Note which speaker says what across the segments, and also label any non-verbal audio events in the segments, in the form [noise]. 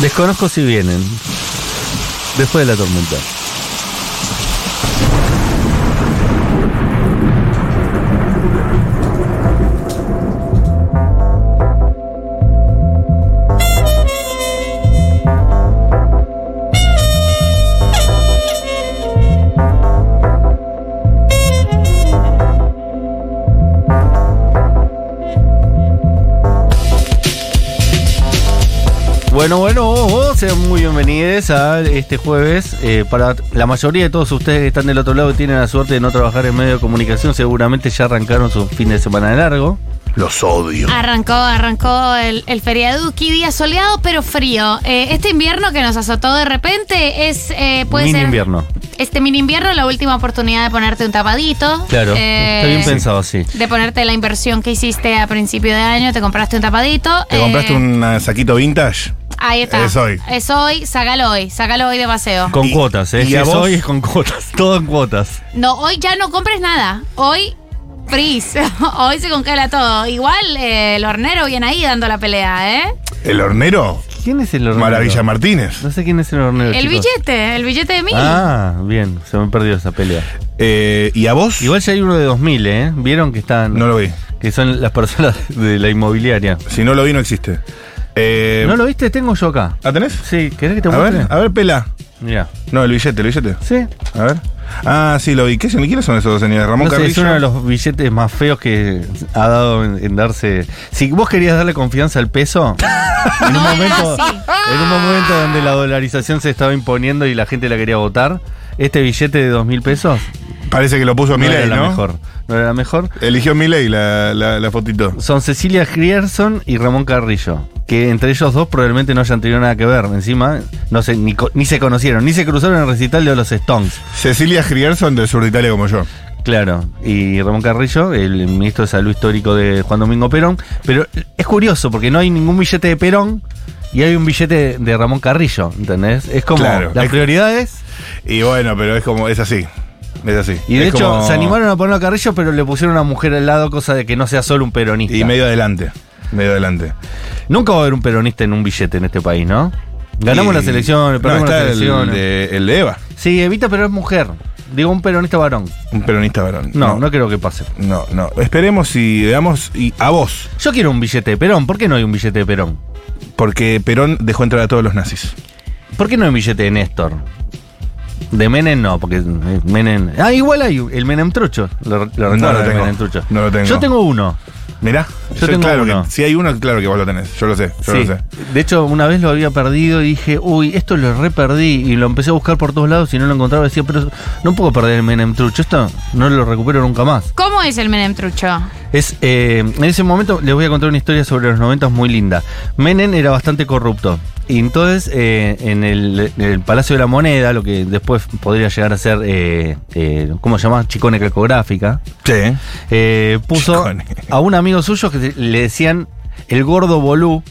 Speaker 1: Desconozco si vienen. Después de la tormenta. Bueno, bueno, vos, vos, sean muy bienvenidos a este jueves. Eh, para la mayoría de todos ustedes que están del otro lado y tienen la suerte de no trabajar en medio de comunicación, seguramente ya arrancaron su fin de semana largo.
Speaker 2: Los odio.
Speaker 3: Arrancó, arrancó el, el feriaduki, día soleado pero frío. Eh, este invierno que nos azotó de repente es, eh, puede
Speaker 1: Mini
Speaker 3: ser
Speaker 1: invierno.
Speaker 3: este mini invierno la última oportunidad de ponerte un tapadito.
Speaker 1: Claro,
Speaker 3: Eh,
Speaker 1: está bien pensado, sí.
Speaker 3: De ponerte la inversión que hiciste a principio de año, te compraste un tapadito.
Speaker 2: ¿Te
Speaker 3: eh,
Speaker 2: compraste un eh, saquito vintage?
Speaker 3: Ahí está.
Speaker 2: Es hoy.
Speaker 3: Es hoy, sácalo hoy, sácalo hoy de paseo.
Speaker 1: Con
Speaker 2: ¿Y-
Speaker 1: cuotas, ¿eh?
Speaker 2: y
Speaker 1: Si
Speaker 2: a
Speaker 1: es
Speaker 2: vos?
Speaker 1: hoy es con cuotas. [laughs] Todo en cuotas.
Speaker 3: No, hoy ya no compres nada. Hoy, freeze. [laughs] hoy se congela todo. Igual eh, el hornero viene ahí dando la pelea, ¿eh?
Speaker 2: ¿El hornero?
Speaker 1: ¿Quién es el hornero?
Speaker 2: Maravilla Martínez.
Speaker 1: No sé quién es el hornero.
Speaker 3: El
Speaker 1: chicos.
Speaker 3: billete, el billete de mil.
Speaker 1: Ah, bien, se me perdió esa pelea.
Speaker 2: Eh, ¿Y a vos?
Speaker 1: Igual ya hay uno de 2000, ¿eh? ¿Vieron que están?
Speaker 2: No lo vi.
Speaker 1: Que son las personas [laughs] de la inmobiliaria.
Speaker 2: Si no lo vi, no existe. Eh,
Speaker 1: ¿No lo viste? Tengo yo acá.
Speaker 2: ¿La tenés?
Speaker 1: Sí, ¿querés que te
Speaker 2: A
Speaker 1: muestre?
Speaker 2: ver, a ver, pela.
Speaker 1: Mira.
Speaker 2: No, el billete, el billete.
Speaker 1: Sí.
Speaker 2: A ver. Ah, sí, lo vi. ¿Qué, ¿Quiénes son esos dos señores? Ramón
Speaker 1: No sé, es
Speaker 2: Carrillo.
Speaker 1: uno de los billetes más feos que ha dado en, en darse. Si vos querías darle confianza al
Speaker 2: [laughs]
Speaker 1: peso, en un
Speaker 3: No era
Speaker 1: momento,
Speaker 3: así.
Speaker 1: en un momento donde la dolarización se estaba imponiendo y la gente la quería votar, este billete de dos mil pesos
Speaker 2: Parece que lo puso
Speaker 1: no
Speaker 2: Milei,
Speaker 1: era la
Speaker 2: ¿no?
Speaker 1: mejor. No era la mejor.
Speaker 2: Eligió Milei la, la, la fotito.
Speaker 1: Son Cecilia Grierson y Ramón Carrillo, que entre ellos dos probablemente no hayan tenido nada que ver. Encima, no se, ni, co- ni se conocieron, ni se cruzaron en el recital de los Stones.
Speaker 2: Cecilia Grierson del sur de Italia como yo.
Speaker 1: Claro, y Ramón Carrillo, el ministro de Salud Histórico de Juan Domingo Perón. Pero es curioso porque no hay ningún billete de Perón y hay un billete de Ramón Carrillo, ¿entendés? Es como
Speaker 2: Claro.
Speaker 1: las prioridades.
Speaker 2: Y bueno, pero es como, es así. Es así.
Speaker 1: Y de
Speaker 2: Es
Speaker 1: hecho,
Speaker 2: como-
Speaker 1: se animaron a ponerlo a Carrillo, pero le pusieron a una mujer al lado, cosa de que no sea solo un peronista.
Speaker 2: Y medio adelante. Medio adelante.
Speaker 1: Nunca va a haber un peronista en un billete en este país, ¿no? Ganamos
Speaker 2: Y-
Speaker 1: las elecciones,
Speaker 2: No,
Speaker 1: perdemos
Speaker 2: está
Speaker 1: las
Speaker 2: el
Speaker 1: elecciones.
Speaker 2: de, el de Eva.
Speaker 1: Sí, Evita, pero es mujer. Digo, un peronista varón.
Speaker 2: Un peronista varón.
Speaker 1: No, no, creo que pase.
Speaker 2: No, no. Esperemos y veamos y a vos,
Speaker 1: Yo quiero un billete de Perón. ¿Por qué no hay un billete de Perón?
Speaker 2: porque Perón dejó entrar a todos los nazis.
Speaker 1: ¿Por qué no hay un billete de Néstor? De Menem no, porque eh, Menem. Ah, igual hay un- el Menem Trucho. Lo, re- lo
Speaker 2: No
Speaker 1: recuerdo,
Speaker 2: lo
Speaker 1: el
Speaker 2: tengo,
Speaker 1: Menem Trucho.
Speaker 2: no lo tengo.
Speaker 1: Yo tengo uno.
Speaker 2: Mirá,
Speaker 1: Yo tengo
Speaker 2: claro
Speaker 1: uno.
Speaker 2: que si hay uno, claro que vos lo tenés. Yo lo sé, yo
Speaker 1: Sí.
Speaker 2: lo sé.
Speaker 1: De hecho, una vez lo había perdido y dije, uy, esto lo reperdí. Y lo empecé a buscar por todos lados y no lo encontraba. Decía, pero no puedo perder el Menem Trucho. Esto no lo recupero nunca más.
Speaker 3: ¿Cómo es el Menem [laughs] Trucho?
Speaker 1: Es, eh, en ese momento les voy a contar una historia sobre los 90 muy linda. Menem era bastante corrupto. Y entonces eh, en, el, en el Palacio de la Moneda, lo que después podría llegar a ser, eh, eh, ¿cómo se llama? Chicone Cacográfica,
Speaker 2: Sí.
Speaker 1: eh, puso
Speaker 2: Chicone.
Speaker 1: a un amigo suyo que le decían el gordo bolú,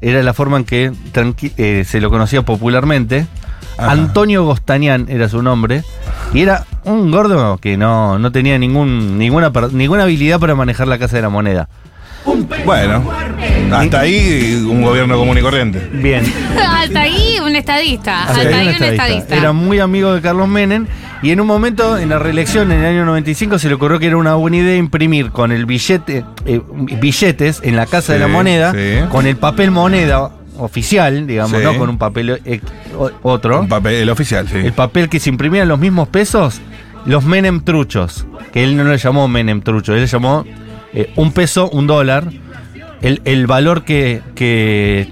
Speaker 1: era la forma en que tranqui- eh, se lo conocía popularmente.
Speaker 2: Ajá.
Speaker 1: Antonio Gostanián era su nombre. Y era un gordo que no, no tenía ningún, ninguna, per- ninguna habilidad para manejar la Casa de la Moneda.
Speaker 2: Bueno, hasta ahí un gobierno común y corriente.
Speaker 1: Bien.
Speaker 3: Hasta ahí un estadista. Hasta, ahí un estadista.
Speaker 1: Era muy amigo de Carlos Menem y en un momento, en la reelección en el año 95, se le ocurrió que era una buena idea imprimir con el billete, eh, billetes en la Casa de la
Speaker 2: Sí,
Speaker 1: Moneda,
Speaker 2: sí.
Speaker 1: con el papel moneda oficial, digamos,
Speaker 2: Sí.
Speaker 1: no con un papel eh, o- otro.
Speaker 2: Un papel el oficial, sí.
Speaker 1: el papel que se imprimían los mismos pesos, los Menem truchos. Que él no le llamó Menem trucho, él le llamó eh, un peso, un dólar. El, el valor que, que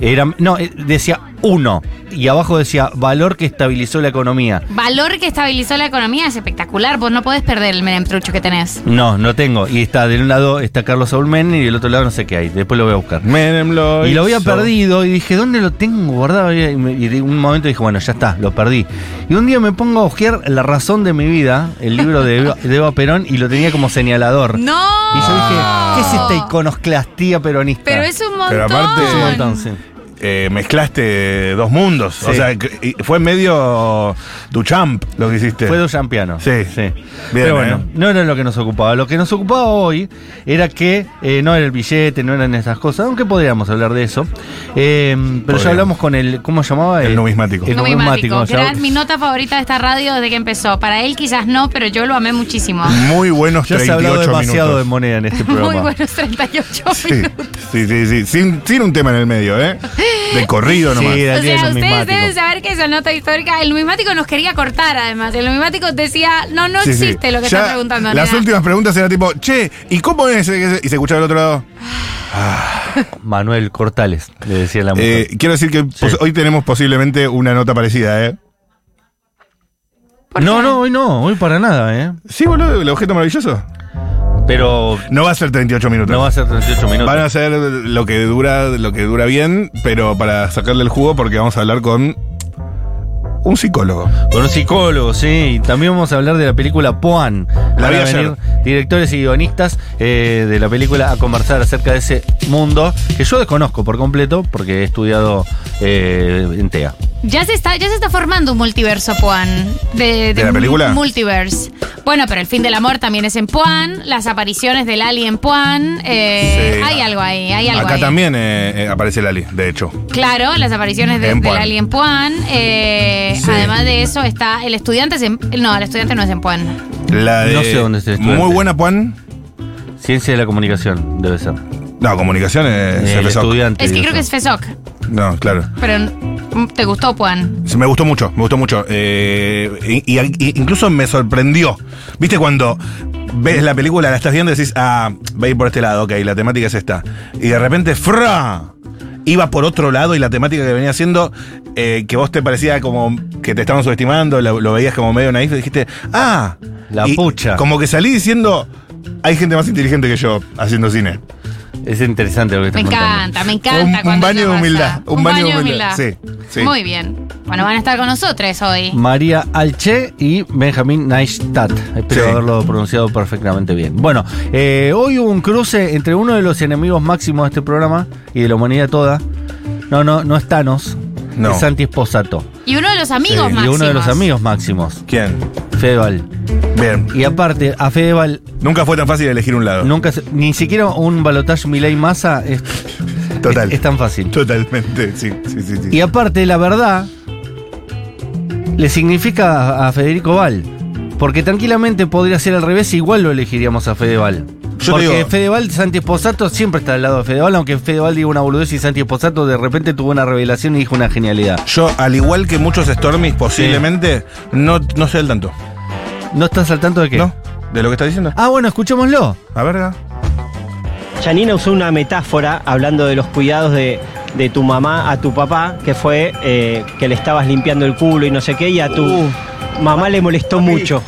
Speaker 1: era. No, eh, decía uno. Y abajo decía valor que estabilizó la economía.
Speaker 3: Valor que estabilizó la economía es espectacular. Vos no podés perder el Menem Trucho que tenés.
Speaker 1: No, no tengo. Y está, de un lado está Carlos Saúl Menem y del otro lado no sé qué hay. Después lo voy a buscar.
Speaker 2: Menem lo
Speaker 1: Y lo había
Speaker 2: hizo.
Speaker 1: perdido y dije, ¿dónde lo tengo guardado? Y, me- y de un momento dije, bueno, ya está, lo perdí. Y un día me pongo a ojear La razón de mi vida, el libro de Eva, de Eva Perón, y lo tenía como señalador.
Speaker 3: ¡No!
Speaker 1: Y yo dije, ¿qué es esta iconoclastía este peronista?
Speaker 3: Pero es un montón.
Speaker 2: Pero aparte-
Speaker 1: "Ah, Es un montón, sí.
Speaker 2: eh, mezclaste dos mundos. O
Speaker 1: Sí.
Speaker 2: sea, que- y fue medio Duchamp lo que hiciste.
Speaker 1: Fue Duchampiano.
Speaker 2: Sí.
Speaker 1: sí.
Speaker 2: Bien,
Speaker 1: Pero bueno,
Speaker 2: ¿eh?
Speaker 1: no era lo que nos ocupaba. Lo que nos ocupaba hoy era que eh, no era el billete, no eran esas cosas, aunque podríamos hablar de eso. Eh, pero
Speaker 2: Podríamos.
Speaker 1: ya hablamos con el, ¿cómo se llamaba?
Speaker 2: El numismático.
Speaker 1: El numismático.
Speaker 3: Numismático, que
Speaker 1: ya-
Speaker 3: era mi nota favorita de esta radio desde que empezó. Para él quizás no, pero yo lo
Speaker 1: [laughs]
Speaker 3: amé muchísimo.
Speaker 2: Muy buenos
Speaker 1: ya se ha
Speaker 2: 38
Speaker 1: hablado demasiado
Speaker 2: minutos.
Speaker 1: de moneda en
Speaker 3: [laughs]
Speaker 1: este programa.
Speaker 3: Muy buenos 38
Speaker 2: Sí,
Speaker 3: minutos.
Speaker 2: sí, sí, sí. Sin, sin un tema en el medio, ¿eh? De corrido nomás.
Speaker 1: Sí, era
Speaker 3: O
Speaker 1: el día
Speaker 3: sea,
Speaker 1: del
Speaker 3: ustedes
Speaker 1: numismático.
Speaker 3: deben saber que esa nota histórica, el numismático nos quería cortar además. El numismático decía, no, no
Speaker 2: Sí, sí.
Speaker 3: existe lo que
Speaker 2: Ya
Speaker 3: está preguntando.
Speaker 2: Las
Speaker 3: nena.
Speaker 2: últimas preguntas eran tipo, che, ¿y cómo es? ese- Y se escuchaba del otro lado.
Speaker 1: Manuel Cortales, le decía la mujer.
Speaker 2: Eh, quiero decir que pos- hoy tenemos posiblemente una nota parecida, ¿eh?
Speaker 3: ¿Por
Speaker 1: no,
Speaker 3: qué?
Speaker 1: no, hoy no, hoy para nada, ¿eh?
Speaker 2: Sí, boludo, el objeto maravilloso.
Speaker 1: Pero
Speaker 2: No va a ser 38 minutos.
Speaker 1: no va a ser 38 minutos.
Speaker 2: Van a ser lo que dura, lo que dura bien, pero para sacarle el jugo, porque vamos a hablar con un psicólogo.
Speaker 1: Con un psicólogo, sí. Y también vamos a hablar de la película Poan. Van
Speaker 2: vi
Speaker 1: a
Speaker 2: ayer.
Speaker 1: venir directores y guionistas eh, de la película a conversar acerca de ese mundo que yo desconozco por completo porque he estudiado eh, en TEA.
Speaker 3: Ya se está, ya se está formando un multiverso, Puan. De,
Speaker 2: ¿De la película?
Speaker 3: Multiverse. Bueno, pero el fin del amor también es en Puan. Las apariciones del Ali en Puan. eh,
Speaker 2: Sí.
Speaker 3: Hay algo ahí, hay algo
Speaker 2: Acá
Speaker 3: ahí.
Speaker 2: también eh, eh, aparece Lali, de hecho.
Speaker 3: Claro, las apariciones de,
Speaker 2: En
Speaker 3: del
Speaker 2: Puan.
Speaker 3: Ali en Puan. eh,
Speaker 2: Sí.
Speaker 3: Además de eso está el estudiante. es en- no, el estudiante no es en Puan.
Speaker 2: La de-
Speaker 1: No sé dónde es el estudiante.
Speaker 2: Muy buena, Juan.
Speaker 1: Ciencia de la comunicación, debe ser.
Speaker 2: No, comunicaciones.
Speaker 1: el
Speaker 2: FSOC.
Speaker 1: estudiante.
Speaker 3: Es que
Speaker 1: digo
Speaker 3: creo que
Speaker 1: yo.
Speaker 3: es FESOC.
Speaker 2: No, claro.
Speaker 3: Pero mm, te gustó, Puan.
Speaker 2: Sí, me gustó mucho, me gustó mucho. Eh, y, y- y incluso me sorprendió. ¿Viste cuando ves la película, la estás viendo y decís, ah, va a ir por este lado, ok, la temática es esta? Y de repente, ¡fra! Iba por otro lado y la temática que venía siendo, eh, que vos te parecía como que te estaban subestimando, lo, lo veías como medio naif, y dijiste, ¡ah!
Speaker 1: La
Speaker 2: Y
Speaker 1: pucha.
Speaker 2: Como que salí diciendo, hay gente más inteligente que yo haciendo cine.
Speaker 1: Es interesante lo que
Speaker 3: Me
Speaker 1: estás contando.
Speaker 3: encanta, me encanta.
Speaker 2: Un- un
Speaker 3: cuando
Speaker 2: baño
Speaker 3: eso
Speaker 2: de humildad,
Speaker 3: pasa.
Speaker 2: un baño de humildad, sí, Mm. sí.
Speaker 3: Muy bien. Bueno, van a estar con nosotros hoy.
Speaker 1: María Alche y Benjamín Neistat. Espero
Speaker 2: Sí.
Speaker 1: haberlo pronunciado perfectamente bien. Bueno, eh, hoy hubo un cruce entre uno de los enemigos máximos de este programa y de la humanidad toda. No, no, no es Thanos.
Speaker 2: No.
Speaker 1: Es Santi Esposato.
Speaker 3: Y uno de los amigos
Speaker 2: Sí, y
Speaker 1: Y
Speaker 3: máximos.
Speaker 1: uno de los amigos máximos,
Speaker 2: ¿Quién?
Speaker 1: Fedeval.
Speaker 2: Bien.
Speaker 1: Y aparte, a Fedeval
Speaker 2: Nunca fue tan fácil elegir un lado.
Speaker 1: nunca se- ni siquiera un balotaje Milei Massa es,
Speaker 2: Total.
Speaker 1: es tan fácil.
Speaker 2: Totalmente, sí, sí, sí. sí.
Speaker 1: Y aparte, la verdad le significa a- a Federico Val. Porque tranquilamente podría ser al revés, igual lo elegiríamos a Fedeval.
Speaker 2: Yo te
Speaker 1: Porque
Speaker 2: digo-
Speaker 1: Fedeval, Santi Esposato siempre está al lado de Fedeval, aunque Fedeval diga una boludez y Santi Esposato de repente tuvo una revelación y dijo una genialidad.
Speaker 2: Yo, al igual que muchos Stormies, posiblemente, no, no sé del tanto.
Speaker 1: ¿No estás al tanto de qué?
Speaker 2: ¿No? ¿De lo que está diciendo?
Speaker 1: Ah, bueno, escuchémoslo.
Speaker 2: A ver, ah.
Speaker 4: Janina usó una metáfora hablando de los cuidados de, de tu mamá a tu papá, que fue eh, que le estabas limpiando el culo y no sé qué, y a tu
Speaker 5: Uh.
Speaker 4: mamá le molestó
Speaker 5: Papi.
Speaker 4: mucho.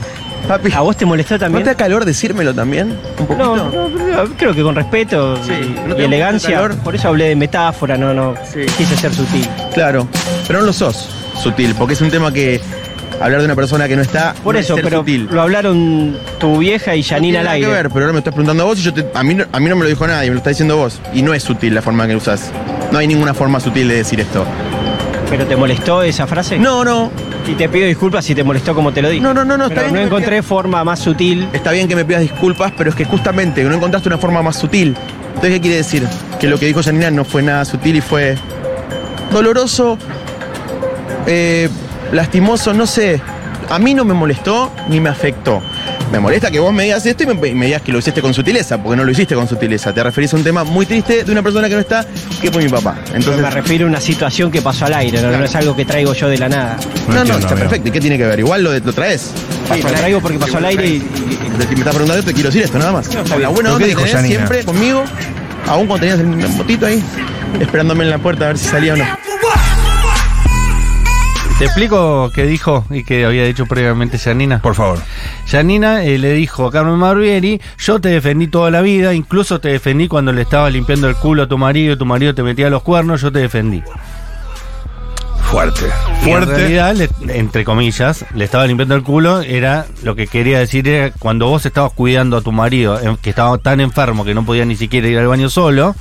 Speaker 5: Papi,
Speaker 4: ¿A vos te molestó
Speaker 5: ¿no
Speaker 4: también?
Speaker 5: te da calor decírmelo también? Un poquito.
Speaker 4: No, no, no, creo que con respeto
Speaker 5: Sí,
Speaker 4: y-
Speaker 5: ¿no te da
Speaker 4: y
Speaker 5: mucho
Speaker 4: elegancia.
Speaker 5: calor?
Speaker 4: Por eso hablé de metáfora, no, no.
Speaker 5: Sí.
Speaker 4: Quise ser sutil.
Speaker 5: Claro, pero no lo sos sutil, porque es un tema que hablar de una persona que no está
Speaker 4: Por
Speaker 5: no es
Speaker 4: eso,
Speaker 5: ser
Speaker 4: pero
Speaker 5: sutil.
Speaker 4: lo hablaron tu vieja y
Speaker 5: No tiene
Speaker 4: Janina al
Speaker 5: nada que
Speaker 4: aire.
Speaker 5: ver, pero ahora me estás preguntando a vos y yo te- a, mí, no- a mí no me lo dijo nadie, me lo está diciendo vos. Y no es sutil la forma que usás. No hay ninguna forma sutil de decir esto.
Speaker 4: ¿Pero te molestó esa frase?
Speaker 5: No, no,
Speaker 4: Y te pido disculpas si te molestó como te lo dije.
Speaker 5: No, no, no, no, está
Speaker 4: Pero
Speaker 5: bien
Speaker 4: no
Speaker 5: que me
Speaker 4: encontré forma más sutil.
Speaker 5: está bien que me pidas disculpas, pero es que justamente no encontraste una forma más sutil. Entonces, ¿qué quiere decir? Que lo que dijo Janina no fue nada sutil y fue doloroso, eh, lastimoso, no sé. A mí no me molestó ni me afectó. Me molesta que vos me digas esto y me, y me digas que lo hiciste con sutileza, porque no lo hiciste con sutileza. Te referís a un tema muy triste de una persona que no está, que fue mi papá. Entonces,
Speaker 4: me refiero a una situación que pasó al aire, no, no es algo que traigo yo de la
Speaker 2: No
Speaker 4: nada.
Speaker 5: no, no,
Speaker 2: entiendo,
Speaker 5: está
Speaker 2: amigo.
Speaker 5: perfecto. ¿Y qué tiene que ver? Igual lo, de- lo traes.
Speaker 4: Pasó al aire porque pasó al aire y, y-
Speaker 5: Si me estás preguntando esto, quiero decir esto nada más.
Speaker 4: No, está
Speaker 5: Con la
Speaker 4: bien.
Speaker 5: buena
Speaker 2: ¿Pero
Speaker 5: onda
Speaker 2: qué
Speaker 5: que
Speaker 2: dijo
Speaker 5: tenés
Speaker 2: Janina?
Speaker 5: siempre conmigo, aún cuando tenías el motito ahí, esperándome en la puerta a ver si salía o no.
Speaker 1: Te explico qué dijo y que había dicho previamente Janina.
Speaker 2: Por favor.
Speaker 1: Janina eh, le dijo a Carmen Barbieri, yo te defendí toda la vida, incluso te defendí cuando le estaba limpiando el culo a tu marido, tu marido te metía los cuernos, yo te defendí.
Speaker 2: Fuerte.
Speaker 1: Y
Speaker 2: Fuerte.
Speaker 1: En realidad, le- entre comillas, le estaba limpiando el culo, era lo que quería decir era cuando vos estabas cuidando a tu marido, en- que estaba tan enfermo que no podía ni siquiera ir al baño solo,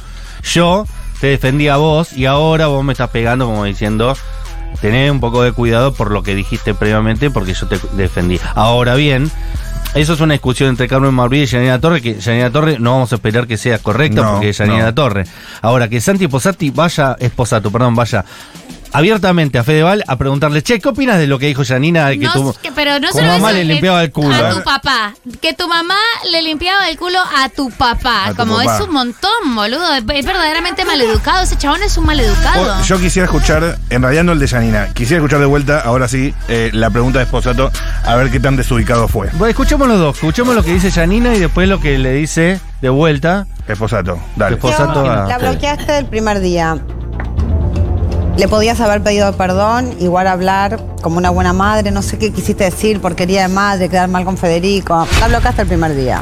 Speaker 1: yo te te defendí a vos y ahora vos me estás pegando como diciendo, tené un poco de cuidado por lo que dijiste previamente porque yo te defendí. Ahora bien, eso es una discusión entre Carmen Maurilla y Janina Torre, que Janina Torre no vamos a esperar que sea correcta
Speaker 2: No,
Speaker 1: porque es Janina
Speaker 2: no.
Speaker 1: Torre. Ahora, que Santi Posati vaya, Esposato, perdón, vaya abiertamente a Fedeval a preguntarle, che, ¿qué opinas de lo que dijo Janina? de Que
Speaker 3: No,
Speaker 1: tu-
Speaker 3: que- pero no
Speaker 1: tu
Speaker 3: solo
Speaker 1: mamá
Speaker 3: eso,
Speaker 1: le
Speaker 3: que-
Speaker 1: limpiaba el culo. ¿eh?
Speaker 3: A tu papá. Que tu mamá le limpiaba el culo a tu papá.
Speaker 2: A tu
Speaker 3: como
Speaker 2: papá.
Speaker 3: es un montón, boludo. Es, es verdaderamente maleducado. Ese chabón es un maleducado.
Speaker 2: O- Yo quisiera escuchar, en realidad no el de Janina, quisiera escuchar de vuelta, ahora sí, eh, la pregunta de Esposato, a ver qué tan desubicado fue.
Speaker 1: Bueno, escuchemos los dos, escuchemos lo que dice Janina y después lo que le dice de vuelta.
Speaker 2: Esposato, dale.
Speaker 1: Esposato. Cosa
Speaker 6: Yo
Speaker 1: toda.
Speaker 6: La bloqueaste el primer día. Le podías haber pedido perdón, igual hablar como una buena madre, no sé qué quisiste decir, porquería de madre, quedar mal con Federico. La bloqueaste el primer día.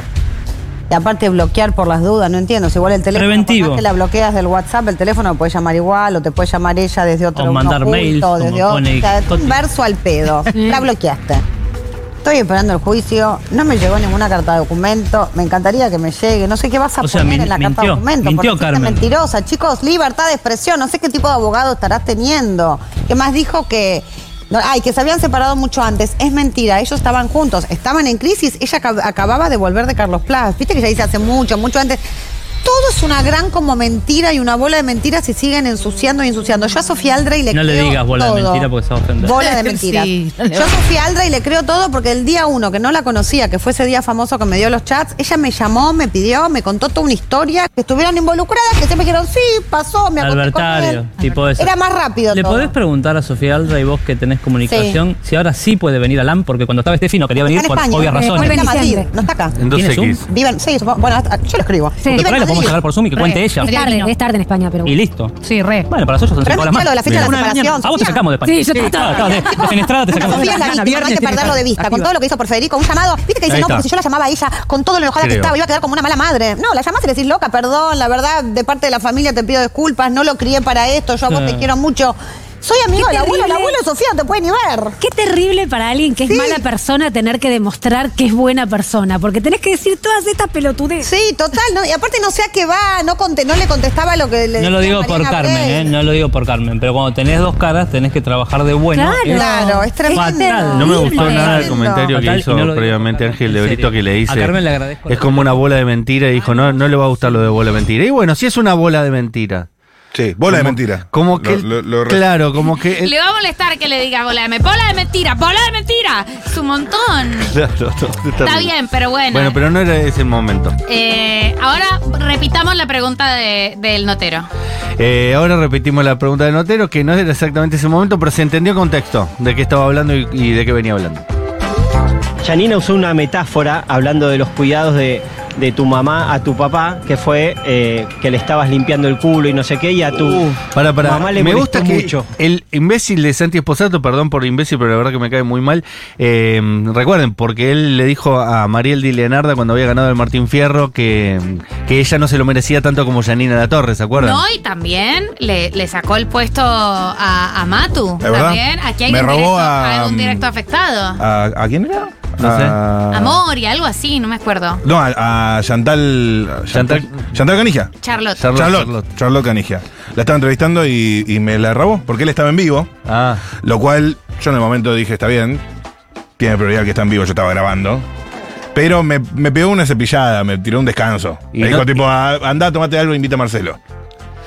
Speaker 6: Y aparte bloquear por las dudas, no entiendo. Si igual el teléfono, por más
Speaker 7: Preventivo.
Speaker 6: que la bloqueas del WhatsApp, el teléfono lo puedes llamar igual, o te puede llamar ella desde otro
Speaker 7: O mandar
Speaker 6: uno
Speaker 7: mails,
Speaker 6: oculto,
Speaker 7: como
Speaker 6: desde otro-
Speaker 7: pone
Speaker 6: o sea, es
Speaker 7: Toti.
Speaker 6: un verso al pedo. la bloqueaste. Estoy esperando el juicio, no me llegó ninguna carta de documento, me encantaría que me llegue, no sé qué vas a
Speaker 7: O sea,
Speaker 6: poner
Speaker 7: min-
Speaker 6: en la carta de
Speaker 7: mintió,
Speaker 6: documento,
Speaker 7: mintió,
Speaker 6: porque fuiste
Speaker 7: Carmen.
Speaker 6: mentirosa, chicos, libertad de expresión, no sé qué tipo de abogado estarás teniendo. ¿Qué más dijo que no, ay, que se habían separado mucho antes, es mentira, ellos estaban juntos, estaban en crisis, ella acab- acababa de volver de Carlos Plas, viste que ya dice hace mucho, mucho antes. Todo es una gran como mentira y una bola de mentiras y siguen ensuciando y ensuciando. Yo a Sofía Aldrey le
Speaker 7: No le
Speaker 6: creo
Speaker 7: digas bola de
Speaker 6: todo.
Speaker 7: mentira porque se va a
Speaker 8: [laughs]
Speaker 7: ofender.
Speaker 6: Bola de mentira.
Speaker 8: Sí, no le
Speaker 6: Yo
Speaker 8: va-
Speaker 6: Sofi Aldra y le creo todo porque el día uno que no la conocía, que fue ese día famoso que me dio los chats, ella me llamó, me pidió, me contó toda una historia, que estuvieron involucradas, que se me dijeron, sí, pasó, me acosté con
Speaker 7: Albertario,
Speaker 6: él".
Speaker 7: tipo eso.
Speaker 6: Era más rápido
Speaker 7: ¿Le
Speaker 6: todo.
Speaker 7: podés preguntar a Sofía Alra y vos que tenés comunicación si ahora sí puede venir a LAM? Porque cuando estaba Steffi no quería venir
Speaker 6: Está en
Speaker 7: por
Speaker 6: España,
Speaker 7: obvias
Speaker 6: vuelve
Speaker 7: razones.
Speaker 6: a Madrid,
Speaker 8: Vicente.
Speaker 6: no está acá.
Speaker 7: ¿Tienes un?
Speaker 1: Entonces,
Speaker 6: Viven, sí, supongo- bueno, hasta- yo lo escribo.
Speaker 8: Sí.
Speaker 6: Vive
Speaker 7: Pero ahora
Speaker 6: en
Speaker 7: lo podemos
Speaker 6: Madrid.
Speaker 7: hablar por Zoom y que cuente ella.
Speaker 8: Es
Speaker 6: Estaría
Speaker 8: tarde,
Speaker 6: divino.
Speaker 8: es tarde en España, pero
Speaker 7: Y
Speaker 8: bueno.
Speaker 7: listo.
Speaker 8: Sí, re.
Speaker 7: Bueno, para nosotros son
Speaker 6: Pero
Speaker 7: cinco horas
Speaker 6: no
Speaker 7: más.
Speaker 6: entiendo de la fecha de la
Speaker 7: Una mañana.
Speaker 6: separación,
Speaker 7: A vos te
Speaker 6: Sofía.
Speaker 7: sacamos de España.
Speaker 8: Sí, yo te-
Speaker 7: Acabas de- defenestrada, te sacamos de
Speaker 6: Sofía es la
Speaker 8: Gana,
Speaker 6: víctima, no hay
Speaker 8: viernes,
Speaker 6: que perderlo de
Speaker 8: activa.
Speaker 6: vista. Con todo lo que hizo por Federico, un llamado. Viste que dice,
Speaker 1: Ahí
Speaker 6: no,
Speaker 1: está.
Speaker 6: porque si yo la llamaba a ella, con todo lo enojada
Speaker 1: Creo.
Speaker 6: que estaba, iba a quedar como una mala madre. No, la llamás y le decís, loca, perdón, la verdad, de parte de la familia te pido disculpas, no lo crié para esto, yo a vos
Speaker 7: Ah.
Speaker 6: te quiero mucho. Soy amigo
Speaker 8: Qué
Speaker 6: del abuelo, el
Speaker 8: terrible.
Speaker 6: abuelo de Sofía no te puede ni ver.
Speaker 8: Qué terrible para alguien que es
Speaker 6: Sí.
Speaker 8: mala persona tener que demostrar que es buena persona, porque tenés que decir todas estas pelotudes.
Speaker 6: Sí, total, no, y aparte no sé a qué va, no, conte- no le contestaba lo que le
Speaker 7: No lo
Speaker 6: decía
Speaker 7: digo por
Speaker 6: Mariana
Speaker 7: Carmen,
Speaker 6: Bray.
Speaker 7: ¿eh? No lo digo por Carmen. Pero cuando tenés dos caras, tenés que trabajar de bueno.
Speaker 8: Claro.
Speaker 6: Claro, es tremendo.
Speaker 8: terrible.
Speaker 1: No me gustó
Speaker 8: Horrible.
Speaker 1: nada el comentario que
Speaker 7: Fatal,
Speaker 1: hizo
Speaker 7: y no lo digo
Speaker 1: previamente
Speaker 7: por Carmen,
Speaker 1: Ángel de
Speaker 7: en
Speaker 1: Brito
Speaker 7: serio.
Speaker 1: que le dice.
Speaker 7: A Carmen le agradezco.
Speaker 1: Es como una bola de mentira y dijo, no, no le va a gustar lo de bola de mentira. Y bueno, si es una bola de mentira.
Speaker 2: Sí, bola de
Speaker 1: Como-
Speaker 2: mentira.
Speaker 1: Como que.
Speaker 2: Lo- lo- lo-
Speaker 1: claro, como que.
Speaker 3: Le va a molestar que le diga bola de mentira. Bola de mentira, bola de mentira. Es un montón.
Speaker 1: Claro, no,
Speaker 3: Está bien, pero bueno.
Speaker 1: Bueno, pero no era ese el momento.
Speaker 3: Eh, ahora repitamos la pregunta de- del notero.
Speaker 1: Eh, ahora repetimos la pregunta del notero, que no era exactamente ese momento, pero se entendió el contexto de qué estaba hablando y, y de qué venía hablando.
Speaker 4: Janina usó una metáfora hablando de los cuidados de, de tu mamá a tu papá, que fue eh, que le estabas limpiando el culo y no sé qué, y a tu
Speaker 1: Para, para.
Speaker 4: mamá le
Speaker 1: me
Speaker 4: molestó
Speaker 1: gusta que
Speaker 4: mucho.
Speaker 1: el imbécil de Santi Esposato, perdón por imbécil, pero la verdad que me cae muy mal. eh, recuerden, porque él le dijo a Mariel Di Leonarda cuando había ganado el Martín Fierro que, que ella no se lo merecía tanto como Janina La Torre, ¿se acuerdan?
Speaker 3: No, y también le, le sacó el puesto a, a Matu.
Speaker 2: ¿Es verdad?
Speaker 3: También. Aquí hay
Speaker 2: Me
Speaker 3: un,
Speaker 2: robó
Speaker 3: directo,
Speaker 2: a-
Speaker 3: hay un directo afectado.
Speaker 2: ¿A, a quién era?
Speaker 1: No sé.
Speaker 2: A-
Speaker 3: Amor y algo así, no me acuerdo.
Speaker 2: No, a, a Chantal. Chantal. Chantal Canigia.
Speaker 3: Charlotte.
Speaker 1: Charlotte.
Speaker 2: Charlotte. Charlotte Canigia. La estaba entrevistando y, y me la robó porque él estaba en vivo.
Speaker 1: Ah,
Speaker 2: Lo cual yo en el momento dije, está bien, tiene prioridad que está en vivo, yo estaba grabando. Pero me, me pegó una cepillada, me tiró un descanso.
Speaker 1: Y
Speaker 2: me
Speaker 1: no-
Speaker 2: dijo, tipo, "Ah, andá, tomate algo, invita a Marcelo.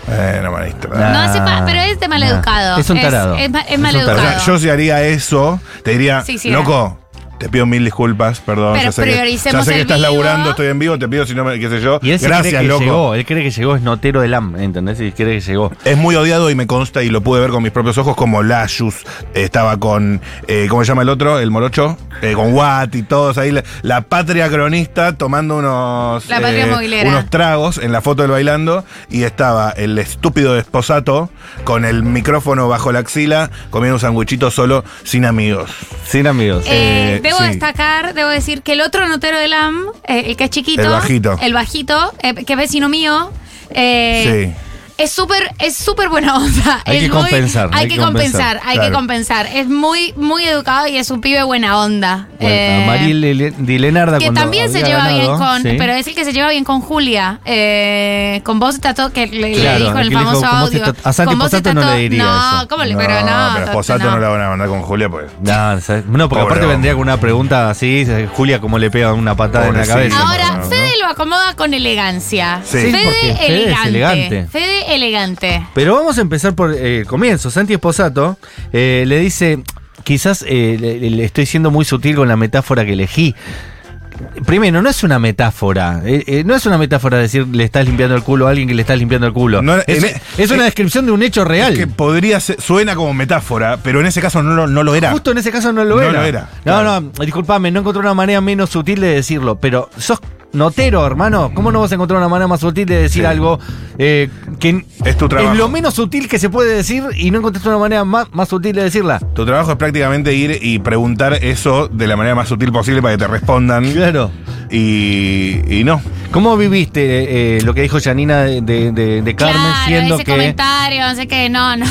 Speaker 2: Eh, no, manito.
Speaker 3: No
Speaker 1: Ah,
Speaker 3: hace fa- pero es de maleducado.
Speaker 1: Es un tarado.
Speaker 3: Es, ma- es
Speaker 1: Es un
Speaker 2: O
Speaker 3: maleducado. Eh,
Speaker 1: tarado.
Speaker 2: sea, yo si haría eso, te diría,
Speaker 3: Sí, sí,
Speaker 2: loco, te pido mil disculpas, perdón.
Speaker 3: Pero
Speaker 2: ya sé que,
Speaker 3: prioricemos
Speaker 2: ya sé que
Speaker 3: el
Speaker 2: estás
Speaker 3: vivo.
Speaker 2: laburando, estoy en vivo, te pido si no me, qué sé yo.
Speaker 1: y él se
Speaker 2: Gracias,
Speaker 1: cree que
Speaker 2: loco.
Speaker 1: llegó, él cree que llegó, es notero del AM, ¿entendés? Y cree que llegó.
Speaker 2: Es muy odiado y me consta y lo pude ver con mis propios ojos como Lashus estaba con, eh, ¿cómo se llama el otro? El morocho, eh, con Watt y todos ahí. La, la patria cronista tomando unos, eh,
Speaker 3: La patria movilera.
Speaker 2: unos tragos en la foto del bailando y estaba el estúpido desposato con el micrófono bajo la axila comiendo un sandwichito solo sin amigos.
Speaker 1: Sin amigos.
Speaker 3: Eh,
Speaker 2: Eh,
Speaker 3: debo
Speaker 2: sí.
Speaker 3: destacar, debo decir que el otro notero del AM, eh, el que es chiquito,
Speaker 2: El bajito.
Speaker 3: el bajito, eh, que es vecino mío, eh, es súper, es súper buena onda.
Speaker 1: Hay
Speaker 3: Es
Speaker 1: que compensar,
Speaker 3: Hay, que compensar, hay
Speaker 2: claro.
Speaker 3: que compensar. Es muy, muy educado y es un pibe buena onda. Eh,
Speaker 1: Maril Di Lenarda
Speaker 3: que
Speaker 1: cuando
Speaker 3: también se
Speaker 1: había
Speaker 3: lleva bien
Speaker 1: ganado,
Speaker 3: con,
Speaker 1: sí.
Speaker 3: pero es el que se lleva bien con Julia, eh, con vos está todo, que le, le
Speaker 1: Claro,
Speaker 3: dijo en
Speaker 1: el
Speaker 3: el
Speaker 1: que le dijo,
Speaker 3: famoso
Speaker 1: "Con vos
Speaker 3: audio.
Speaker 1: está to-". A Santi
Speaker 3: Con vos
Speaker 1: Posato
Speaker 3: está
Speaker 1: no le
Speaker 3: to-
Speaker 1: diría
Speaker 3: No,
Speaker 1: eso.
Speaker 3: ¿cómo le, pero no.
Speaker 2: pero
Speaker 3: to-
Speaker 2: Posato no. la van a mandar con Julia, pues.
Speaker 1: No, ¿sabes? no, porque
Speaker 2: Pobre
Speaker 1: aparte
Speaker 2: hombre.
Speaker 1: vendría con una pregunta así, Julia como le pega una patada en la
Speaker 2: Pobrecito.
Speaker 1: cabeza.
Speaker 3: Ahora,
Speaker 2: No, no, no.
Speaker 3: Fede lo acomoda con elegancia.
Speaker 2: Sí.
Speaker 1: Sí, porque
Speaker 3: Fede,
Speaker 1: Fede es
Speaker 3: elegante.
Speaker 1: elegante.
Speaker 3: Fede elegante.
Speaker 1: Pero vamos a empezar por eh, el comienzo. Santi Esposato eh, le dice, quizás eh, le, le estoy siendo muy sutil con la metáfora que elegí. Primero, no es una metáfora. eh, eh, no es una metáfora decir le estás limpiando el culo a alguien que le estás limpiando el culo.
Speaker 2: No,
Speaker 1: es,
Speaker 2: en-
Speaker 1: es una
Speaker 2: eh,
Speaker 1: descripción de un hecho real.
Speaker 2: Es que podría ser, suena como metáfora, pero en ese caso no lo, no lo era.
Speaker 1: Justo en ese caso no lo
Speaker 2: No
Speaker 1: era.
Speaker 2: lo era,
Speaker 1: No,
Speaker 2: claro.
Speaker 1: no, disculpame, no encontré una manera menos sutil de decirlo, pero sos notero, hermano. ¿Cómo no vas a encontrar una manera más sutil de decir
Speaker 2: Sí.
Speaker 1: algo eh, que
Speaker 2: Es tu trabajo.
Speaker 1: lo menos sutil que se puede decir y no encontraste una manera más, más sutil de decirla?
Speaker 2: Tu trabajo es prácticamente ir y preguntar eso de la manera más sutil posible para que te respondan.
Speaker 1: Claro.
Speaker 2: Y, y no.
Speaker 1: ¿Cómo viviste eh, lo que dijo Janina de, de- de- de Carmen
Speaker 3: claro,
Speaker 1: siendo
Speaker 3: ese
Speaker 1: que...
Speaker 3: comentario, no sé qué, no, no.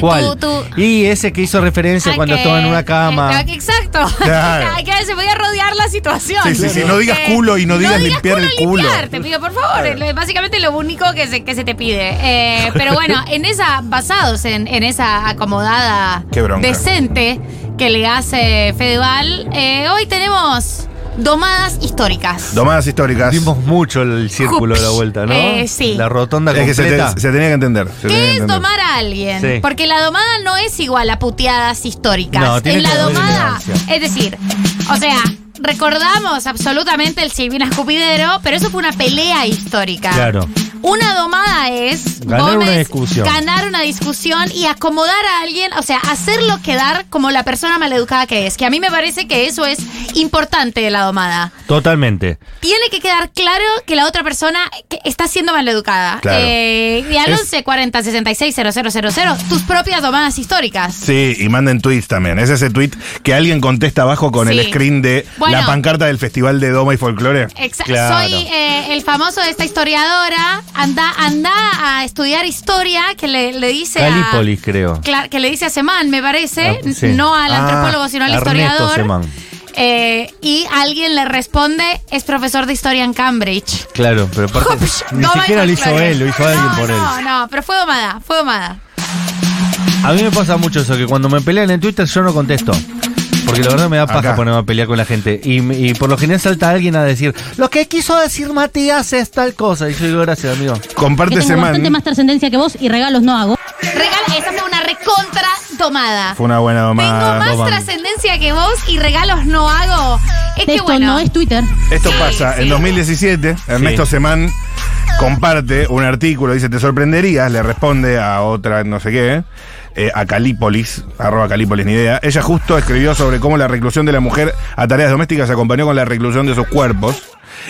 Speaker 1: ¿Cuál?
Speaker 3: Tú, tú.
Speaker 1: Y ese que hizo referencia
Speaker 3: Ah,
Speaker 1: cuando
Speaker 3: que-
Speaker 1: estaba en una
Speaker 3: eh,
Speaker 1: cama.
Speaker 3: Exacto.
Speaker 2: Claro.
Speaker 3: [laughs] Hay que se podía rodear la situación.
Speaker 2: Sí, sí, sí, no digas
Speaker 3: Eh,
Speaker 2: culo y no digas limpiar
Speaker 3: culo
Speaker 2: el
Speaker 3: y
Speaker 2: culo.
Speaker 3: limpiar, te pido, por favor. Eh, Básicamente lo único que se, que se te pide.
Speaker 2: [laughs]
Speaker 3: Eh, pero bueno, en esa, basados en, en esa acomodada
Speaker 2: Qué bronca.
Speaker 3: decente que le hace Fedeval, eh, hoy tenemos domadas históricas.
Speaker 2: Domadas históricas.
Speaker 1: Dimos mucho el círculo de la vuelta, ¿no?
Speaker 3: Eh, sí.
Speaker 1: La rotonda
Speaker 2: Es que se, te-
Speaker 1: completa.
Speaker 2: se tenía que entender. se tenía que
Speaker 3: ¿Qué es
Speaker 2: entender.
Speaker 3: domar a alguien?
Speaker 1: Sí.
Speaker 3: Porque la domada no es igual a puteadas históricas.
Speaker 1: No, tiene
Speaker 3: en la
Speaker 1: que haber
Speaker 3: domada,
Speaker 1: elegancia.
Speaker 3: es decir, o sea, recordamos absolutamente el Silvina Escupidero, pero eso fue una pelea histórica.
Speaker 1: Claro.
Speaker 3: Una domada es
Speaker 1: Ganar
Speaker 3: vos
Speaker 1: una
Speaker 3: ves,
Speaker 1: discusión.
Speaker 3: ganar una discusión y acomodar a alguien, o sea, hacerlo quedar como la persona maleducada que es. Que a mí me parece que eso es importante de la domada
Speaker 1: Totalmente.
Speaker 3: tiene que quedar claro que la otra persona que- está siendo maleducada.
Speaker 2: Claro.
Speaker 3: Eh, y al
Speaker 2: Es-
Speaker 3: 11 40 66 0000, tus propias domadas históricas.
Speaker 2: Sí, y manden tweets también. Es ese tweet que alguien contesta abajo con el
Speaker 3: Sí.
Speaker 2: screen de
Speaker 3: Bueno.
Speaker 2: la pancarta del Festival de Doma y Folclore.
Speaker 3: Exacto.
Speaker 1: Claro.
Speaker 3: Soy eh, el famoso de esta historiadora. Anda, anda a estudiar historia que le, le dice
Speaker 1: Calípolis,
Speaker 3: a.
Speaker 1: creo.
Speaker 3: Claro, que le dice a Semán, me parece.
Speaker 1: Ah, sí.
Speaker 3: No al
Speaker 1: Ah,
Speaker 3: antropólogo, sino al
Speaker 1: Ernesto
Speaker 3: historiador.
Speaker 1: Semán.
Speaker 3: Eh, y alguien le responde, es profesor de historia en Cambridge.
Speaker 1: Claro, pero
Speaker 3: [laughs]
Speaker 1: aparte, ni
Speaker 3: pues, No,
Speaker 1: siquiera lo hizo
Speaker 3: Clare.
Speaker 1: él, lo hizo
Speaker 3: No,
Speaker 1: alguien por él.
Speaker 3: No, no, pero fue domada, fue domada.
Speaker 1: A mí me pasa mucho eso, que cuando me pelean en Twitter yo no contesto. Porque la verdad me da paja
Speaker 2: Acá.
Speaker 1: ponerme a pelear con la gente. Y, y por lo general salta alguien a decir, lo que quiso decir Matías es tal cosa. Y yo digo, gracias, amigo.
Speaker 2: Comparte semana.
Speaker 8: trascendencia que vos y regalos no hago.
Speaker 3: Regala, esa fue una recontra domada.
Speaker 2: Fue una buena
Speaker 3: Tengo
Speaker 2: domada.
Speaker 3: más
Speaker 2: Doman.
Speaker 3: trascendencia que vos y regalos no hago. Es que bueno.
Speaker 8: Twitter.
Speaker 2: Esto
Speaker 3: Sí,
Speaker 2: pasa.
Speaker 3: sí.
Speaker 2: En 2017, Ernesto
Speaker 1: Sí.
Speaker 2: Semán comparte un artículo, dice, te sorprenderías, le responde a otra, no sé qué, eh, a Calípolis, arroba Calípolis, ni idea. Ella justo escribió sobre cómo la reclusión de la mujer a tareas domésticas se acompañó con la reclusión de sus cuerpos.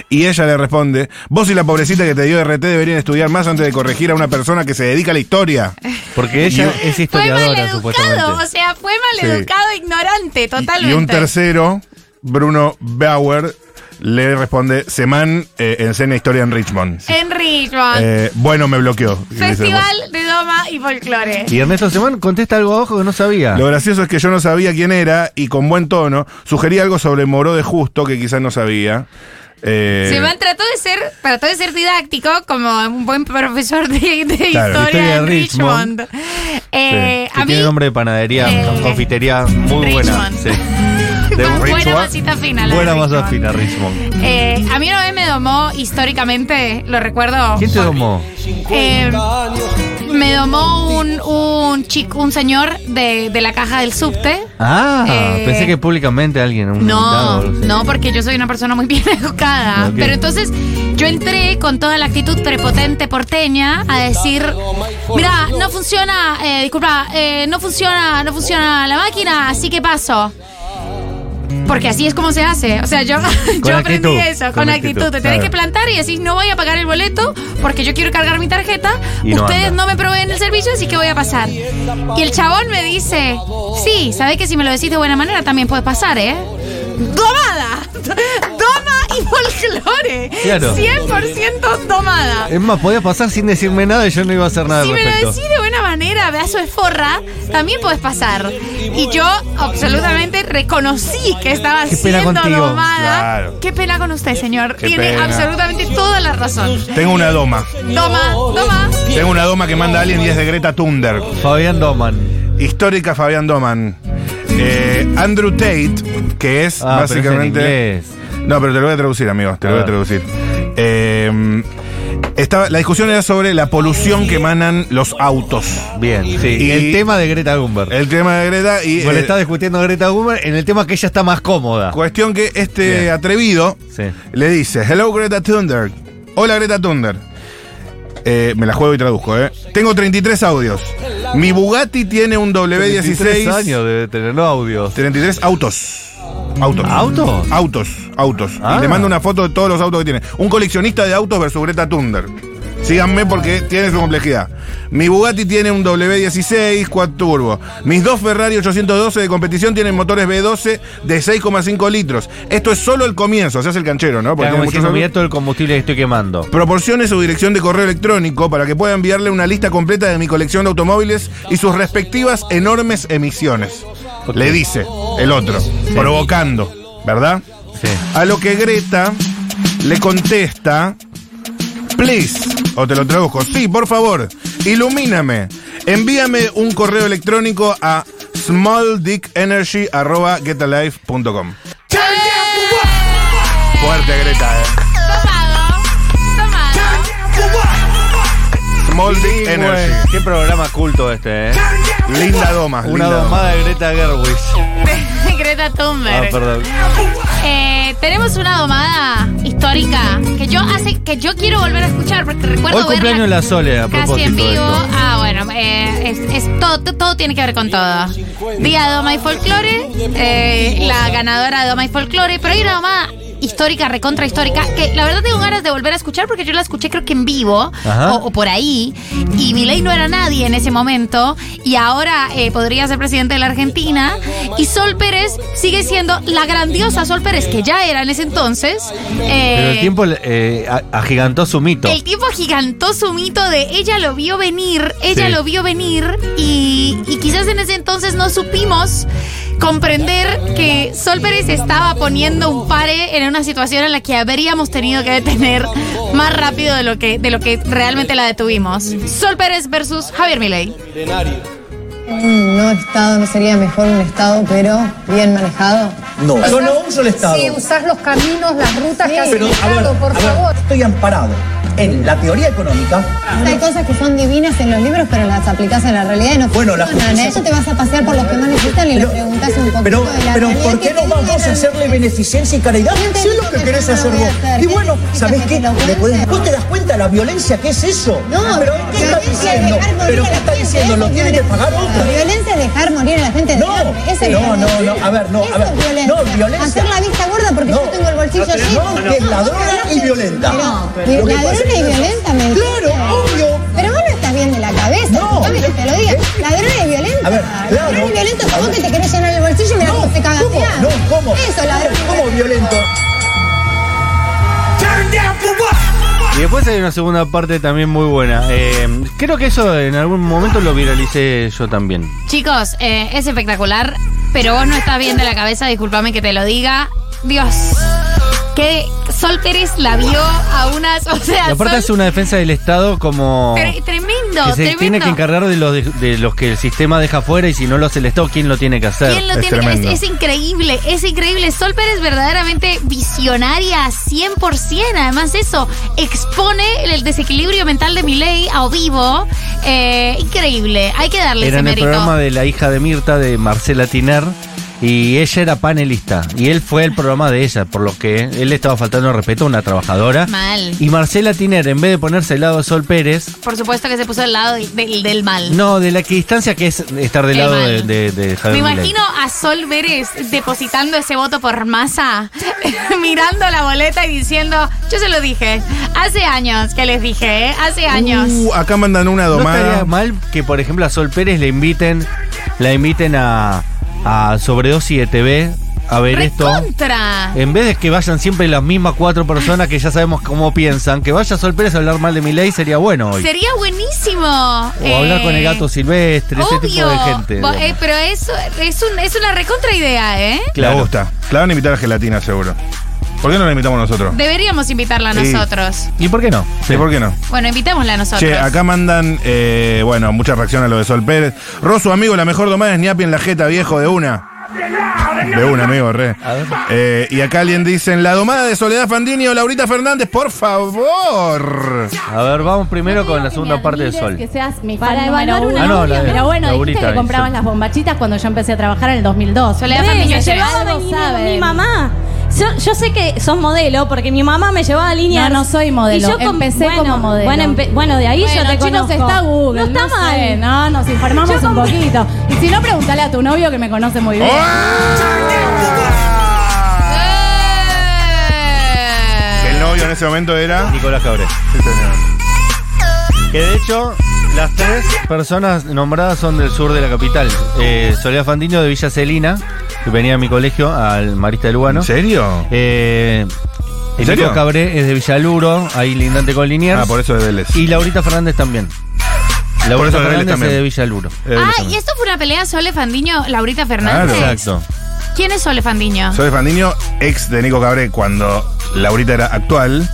Speaker 2: Y ella le responde, vos y la pobrecita que te dio RT deberían estudiar más antes de corregir a una persona que se dedica a la historia.
Speaker 1: Porque ella es
Speaker 3: fue
Speaker 1: historiadora,
Speaker 3: maleducado, o
Speaker 1: supuestamente.
Speaker 3: sea, fue maleducado, ignorante,
Speaker 2: Y-
Speaker 3: totalmente.
Speaker 2: Y un tercero, Bruno Bauer, le responde, Semán eh, enseña historia en Richmond.
Speaker 3: En Richmond.
Speaker 2: Eh, bueno, me bloqueó.
Speaker 3: Ah. Festival de Doma y Folclore.
Speaker 1: Y Ernesto Semán contesta algo abajo que no sabía.
Speaker 2: Lo gracioso es que yo no sabía quién era y con buen tono sugerí algo sobre Moró de Justo que quizás no sabía. Eh,
Speaker 3: Se me trató de ser, trató de ser didáctico como un buen profesor de,
Speaker 2: Claro,
Speaker 3: de historia
Speaker 1: historia
Speaker 3: en
Speaker 1: de
Speaker 3: Richmond.
Speaker 1: Richmond.
Speaker 3: Eh,
Speaker 1: Sí, que
Speaker 3: a mí,
Speaker 1: tiene
Speaker 3: [laughs]
Speaker 1: nombre de panadería,
Speaker 3: Eh,
Speaker 1: confitería muy buena.
Speaker 3: Richmond.
Speaker 1: Sí. De
Speaker 3: con buena
Speaker 1: Richmond.
Speaker 3: masita fina. la de
Speaker 1: Buena masa
Speaker 3: Richmond.
Speaker 1: fina, Richmond.
Speaker 3: Eh, a mí una vez me domó históricamente, lo recuerdo.
Speaker 1: ¿Quién te
Speaker 3: por-
Speaker 1: domó?
Speaker 3: Eh, me domó un, un chico, un señor de, de la caja del subte.
Speaker 1: Ah,
Speaker 3: Eh,
Speaker 1: pensé que públicamente alguien. un
Speaker 3: No,
Speaker 1: invitado, sé.
Speaker 3: no, porque yo soy una persona muy [laughs] bien educada.
Speaker 1: Ok.
Speaker 3: Pero entonces yo entré con toda la actitud prepotente porteña a decir, mira, no funciona, eh, disculpa, eh, no funciona, no funciona la máquina, así que paso. Porque así es como se hace. O sea, yo, [laughs] yo aprendí
Speaker 1: actitud,
Speaker 3: eso, con,
Speaker 1: con
Speaker 3: actitud.
Speaker 1: actitud,
Speaker 3: Te tenés
Speaker 1: claro.
Speaker 3: que plantar y decís, no voy a pagar el boleto porque yo quiero cargar mi tarjeta.
Speaker 1: Y no
Speaker 3: Ustedes
Speaker 1: anda.
Speaker 3: no me proveen el servicio, así que voy a pasar. Y el chabón me dice, sí, sabés que si me lo decís de buena manera también puedes pasar, ¿eh? ¡Domada! [laughs] ¡Doma y folclore!
Speaker 1: Claro.
Speaker 3: 100% domada.
Speaker 1: Es más, podía pasar sin decirme nada y yo no iba a hacer nada al
Speaker 3: Si me lo
Speaker 1: respecto.
Speaker 3: decís de buena manera, pedazo de forra, también podés pasar. Y yo absolutamente reconocí que estaba
Speaker 1: Qué pena
Speaker 3: siendo
Speaker 1: contigo.
Speaker 3: domada.
Speaker 2: Claro.
Speaker 3: Qué pena con usted, señor.
Speaker 2: Qué
Speaker 3: Tiene
Speaker 2: pena.
Speaker 3: absolutamente toda la razón.
Speaker 2: Tengo una doma.
Speaker 3: Toma, toma.
Speaker 2: Tengo una doma que manda alguien y es de Greta Thunder.
Speaker 1: Fabián Doman. Ah,
Speaker 2: Histórica Fabián Doman. Eh, Andrew Tate, que es
Speaker 1: Ah, pero es en
Speaker 2: básicamente.
Speaker 1: inglés. Ah.
Speaker 2: No, pero te lo voy a traducir, amigo. Te lo
Speaker 1: A
Speaker 2: voy a
Speaker 1: ver.
Speaker 2: traducir. Eh, estaba, la discusión era sobre la polución que emanan los autos.
Speaker 1: Bien. Sí.
Speaker 2: Y-
Speaker 1: Y el tema de Greta Thunberg.
Speaker 2: El tema de Greta y.
Speaker 1: Bueno,
Speaker 2: eh,
Speaker 1: está discutiendo Greta Thunberg en el tema que ella está más cómoda.
Speaker 2: Cuestión que este
Speaker 1: Bien.
Speaker 2: atrevido
Speaker 1: Sí.
Speaker 2: le dice, hello Greta Thunder. Hola Greta Thunder. Eh, me la juego y traduzco, ¿eh? Tengo 33 audios. Mi Bugatti tiene un W16.
Speaker 1: 23 años debe tener, no audios.
Speaker 2: 33 autos. Autos.
Speaker 1: ¿Autos?
Speaker 2: Autos, autos.
Speaker 1: Ah.
Speaker 2: Y le mando una foto de todos los autos que tiene. Un coleccionista de autos versus Greta Thunder. Síganme porque tiene su complejidad. Mi Bugatti tiene un W16 quad turbo. Mis dos Ferrari 812 de competición tienen motores B12 de 6,5 litros. Esto es solo el comienzo, se hace el canchero, ¿no? Porque
Speaker 1: Está como
Speaker 2: tiene muchos
Speaker 1: diciendo,
Speaker 2: autos.
Speaker 1: mirá todo el combustible que estoy quemando.
Speaker 2: Proporcione su dirección de correo electrónico para que pueda enviarle una lista completa de mi colección de automóviles y sus respectivas enormes emisiones. Le dice el otro, provocando, ¿verdad?
Speaker 1: Sí.
Speaker 2: A lo que Greta le contesta, please, o te lo traduzco, sí, por favor, ilumíname, envíame un correo electrónico a smalldickenergy.getalife.com. Fuerte Greta, eh.
Speaker 3: Tomado. Tomado.
Speaker 2: Small Dick
Speaker 1: Sí,
Speaker 2: Energy.
Speaker 1: güey. Qué programa culto este, ¿eh?
Speaker 2: Linda doma.
Speaker 1: Una
Speaker 2: linda doma.
Speaker 1: domada de Greta Gerwig.
Speaker 3: [laughs] Greta
Speaker 1: Ah,
Speaker 3: Thunberg.
Speaker 1: perdón.
Speaker 3: Eh, tenemos una domada histórica que yo hace que yo quiero volver a escuchar porque recuerdo
Speaker 1: Hoy cumpleaños
Speaker 3: verla
Speaker 1: la Sole, a propósito.
Speaker 3: casi en
Speaker 1: de
Speaker 3: vivo.
Speaker 1: esto.
Speaker 3: Ah, bueno, eh, es, es todo, todo tiene que ver con todo. Día de Doma y Folclore, eh, la ganadora de Doma y Folclore, pero hay una domada histórica, recontra histórica, que la verdad tengo ganas de volver a escuchar porque yo la escuché creo que en vivo
Speaker 1: Ajá.
Speaker 3: o, o por ahí y Milei no era nadie en ese momento y ahora eh, podría ser presidente de la Argentina y Sol Pérez sigue siendo la grandiosa Sol Pérez que ya era en ese entonces. eh,
Speaker 1: Pero el tiempo eh, a- agigantó su mito.
Speaker 3: el tiempo gigantó su mito de ella lo vio venir, ella
Speaker 1: Sí.
Speaker 3: lo vio venir y, y quizás en ese entonces no supimos comprender que Sol Pérez estaba poniendo un pare en una situación en la que habríamos tenido que detener más rápido de lo que, de lo que realmente la detuvimos. Sol Pérez versus Javier Milei.
Speaker 9: Mm, No este Estado, no sería mejor un Estado, pero bien manejado.
Speaker 10: No, yo no uso el Estado.
Speaker 9: Sí, usar los caminos, las rutas que has
Speaker 10: Pero, a ver,
Speaker 9: indicado, por
Speaker 10: a ver,
Speaker 9: favor.
Speaker 10: estoy amparado en la teoría económica.
Speaker 9: Hay cosas que son divinas en los libros, pero las aplicas en la realidad y no
Speaker 10: Bueno, la
Speaker 9: funcionan. ¿eh?
Speaker 10: justicia-
Speaker 9: Eso te vas a pasear por los que no necesitan y le preguntas un poquito
Speaker 10: pero,
Speaker 9: de la
Speaker 10: pero
Speaker 9: realidad
Speaker 10: ¿por
Speaker 9: que
Speaker 10: qué no
Speaker 9: te
Speaker 10: vamos a
Speaker 9: dijeron?
Speaker 10: hacerle beneficencia y caridad?
Speaker 9: Yo te
Speaker 10: Si es
Speaker 9: digo
Speaker 10: lo que
Speaker 9: que
Speaker 10: querés
Speaker 9: yo no
Speaker 10: hacer
Speaker 9: voy a
Speaker 10: vos.
Speaker 9: hacer.
Speaker 10: Y
Speaker 9: ¿Qué
Speaker 10: bueno,
Speaker 9: significa
Speaker 10: ¿sabés
Speaker 9: que
Speaker 10: qué?
Speaker 9: te lo
Speaker 10: Le podés-
Speaker 9: cuenten?
Speaker 10: ¿Vos te das cuenta la violencia que es eso?
Speaker 9: No,
Speaker 10: Ah, pero ¿qué está
Speaker 9: violencia es
Speaker 10: diciendo?
Speaker 9: dejar morir
Speaker 10: ¿Pero
Speaker 9: a
Speaker 10: qué
Speaker 9: la
Speaker 10: está
Speaker 9: gente,
Speaker 10: diciendo?
Speaker 9: eso
Speaker 10: ¿Lo
Speaker 9: es
Speaker 10: tiene que pagar
Speaker 9: La
Speaker 10: otra?
Speaker 9: violencia es dejar morir a la gente de
Speaker 10: No,
Speaker 9: hambre. Esa es
Speaker 10: no,
Speaker 9: violencia.
Speaker 10: no, no, a ver, no, a
Speaker 9: Eso
Speaker 10: ver.
Speaker 9: es violencia.
Speaker 10: No, violencia-
Speaker 9: Hacer la vista gorda porque
Speaker 10: No,
Speaker 9: yo tengo el bolsillo
Speaker 10: no,
Speaker 9: lleno.
Speaker 10: no, que es
Speaker 9: vos
Speaker 10: ladrona
Speaker 9: hablaste-
Speaker 10: y violenta.
Speaker 9: Pero,
Speaker 10: Lo que
Speaker 9: ladrona
Speaker 10: pasa es
Speaker 9: y
Speaker 10: que-
Speaker 9: violenta me dijiste.
Speaker 10: Claro, obvio.
Speaker 9: Pero vos no estás bien de la cabeza.
Speaker 10: No.
Speaker 9: disculpame que te lo diga. Ladrona y violenta.
Speaker 10: A ver, claro.
Speaker 9: Ladrona y violenta es
Speaker 10: A
Speaker 9: vos
Speaker 10: ver.
Speaker 9: que te querés llenar el bolsillo y mirá
Speaker 10: No,
Speaker 9: cómo te cagas
Speaker 10: ¿cómo?
Speaker 9: de hambre.
Speaker 10: No, ¿cómo?
Speaker 9: Eso, ladrón.
Speaker 10: ¿Cómo violento?
Speaker 1: Y después hay una segunda parte también muy buena. Eh, creo que eso en algún momento lo viralicé yo también.
Speaker 3: Chicos, eh, es espectacular, pero vos no estás bien de la cabeza, discúlpame que te lo diga. Dios, que Sol Pérez la vio a unas, [laughs] o sea,
Speaker 1: Y aparte
Speaker 3: Sol-
Speaker 1: hace una defensa del Estado como...
Speaker 3: Tre- tremendo,
Speaker 1: Que se
Speaker 3: tremendo.
Speaker 1: tiene que encargar de los, de, de los que el sistema deja afuera y si no lo hace el Estado, ¿quién lo tiene que hacer?
Speaker 3: ¿Quién lo
Speaker 2: Es
Speaker 3: tiene que-
Speaker 2: tremendo.
Speaker 3: es, es increíble, es increíble. Sol Pérez verdaderamente visionaria 100%. Además eso, expone el desequilibrio mental de Milei a vivo. Eh, increíble, hay que darle
Speaker 1: Era
Speaker 3: ese
Speaker 1: en el
Speaker 3: mérito.
Speaker 1: programa de la hija de Mirta, de Marcela Tiner, y ella era panelista. Y él fue el programa de ella, por lo que él le estaba faltando el respeto a una trabajadora.
Speaker 3: Mal.
Speaker 1: Y Marcela Tiner, en vez de ponerse al lado de Sol Pérez,
Speaker 3: Por supuesto que se puso del lado de- del- del mal.
Speaker 1: No, de la equidistancia que es estar del
Speaker 3: El
Speaker 1: lado de,
Speaker 3: mal.
Speaker 1: de, de
Speaker 3: Me
Speaker 1: Javier Milei.
Speaker 3: imagino a Sol Vélez depositando ese voto por masa, [laughs] mirando la boleta y diciendo, yo se lo dije, hace años que les dije, ¿eh? hace años.
Speaker 2: Uh, acá mandan una
Speaker 1: No estaría
Speaker 2: domada.
Speaker 1: mal que, por ejemplo, a Sol Pérez le inviten, la inviten a, a Sobredosis de TV a ver esto.
Speaker 3: Recontra.
Speaker 1: En vez de que vayan siempre las mismas cuatro personas que ya sabemos cómo piensan, que vaya Sol Pérez a hablar mal de mi ley sería bueno hoy.
Speaker 3: Sería buenísimo. Eh,
Speaker 1: o hablar con el gato silvestre, ese tipo de
Speaker 3: Obvio.
Speaker 1: gente.
Speaker 3: Bo- eh, pero eso es, un- es una recontra idea, ¿eh?
Speaker 1: Claro.
Speaker 2: Me gusta. La van a invitar a gelatina, seguro. ¿Por qué no la invitamos nosotros?
Speaker 3: Deberíamos invitarla a
Speaker 2: Sí.
Speaker 3: nosotros.
Speaker 1: ¿Y por qué no?
Speaker 2: Sí, ¿por qué no?
Speaker 3: Bueno, invitémosla a nosotros.
Speaker 2: Che, acá mandan, eh, bueno, muchas reacciones a lo de Sol Pérez. Rosu, amigo, la mejor domada es Niapi en la jeta, viejo, de una. De una, amigo, re. Eh, y acá alguien dicen, la domada de Soledad Fandini o Laurita Fernández, por favor.
Speaker 1: A ver, vamos primero con la segunda parte de Sol.
Speaker 11: Que seas mi
Speaker 12: Para
Speaker 11: fan
Speaker 12: evaluar
Speaker 11: número uno.
Speaker 12: un
Speaker 1: Ah, no,
Speaker 12: audio,
Speaker 1: la de-
Speaker 12: pero bueno,
Speaker 1: la
Speaker 12: dijiste
Speaker 1: Burita,
Speaker 12: que comprabas
Speaker 1: sí.
Speaker 12: las bombachitas cuando yo empecé a trabajar en el 2002.
Speaker 3: Soledad
Speaker 12: Re,
Speaker 3: Fernández,
Speaker 12: me
Speaker 3: ayer.
Speaker 12: llevaba
Speaker 3: Algo
Speaker 12: vinilo
Speaker 3: sabe.
Speaker 12: mi mamá. Yo, yo sé que sos modelo porque mi mamá me llevaba a línea.
Speaker 11: No, no soy modelo.
Speaker 12: Y yo com-
Speaker 11: Empecé
Speaker 12: bueno,
Speaker 11: como modelo.
Speaker 12: Bueno, empe- bueno, de ahí
Speaker 11: Bueno,
Speaker 12: yo te
Speaker 11: chicos,
Speaker 12: conozco.
Speaker 11: está Google,
Speaker 12: No está
Speaker 11: no
Speaker 12: mal.
Speaker 11: sé, no, nos informamos
Speaker 12: Yo
Speaker 11: un
Speaker 12: compré-
Speaker 11: poquito. Y si no, pregúntale a tu novio que me conoce muy
Speaker 3: ¡Eh!
Speaker 11: bien.
Speaker 2: ¡Oh! El novio en ese momento era...
Speaker 1: Nicolás Cabré.
Speaker 2: Sí, señor.
Speaker 1: Que de hecho, las tres personas nombradas son del sur de la capital. Eh, Soledad Fandino de Villa Celina, que venía a mi colegio, al Marista de Lugano.
Speaker 2: ¿En serio?
Speaker 1: Eh,
Speaker 2: ¿En
Speaker 1: el
Speaker 2: serio?
Speaker 1: Nico Cabré es de Villaluro, ahí lindante con Liniers.
Speaker 2: Ah, por eso de Vélez.
Speaker 1: Y Laurita Fernández también.
Speaker 2: Por
Speaker 1: Laurita
Speaker 2: eso de Vélez
Speaker 1: Fernández
Speaker 2: también.
Speaker 1: es de Villaluro.
Speaker 2: Eh,
Speaker 3: Ah, y esto fue una pelea Sole Fandiño, Laurita Fernández.
Speaker 2: Claro.
Speaker 1: Exacto.
Speaker 3: ¿Quién es Sole Fandiño?
Speaker 2: Soy Fandiño, ex de Nico Cabré cuando Laurita era actual.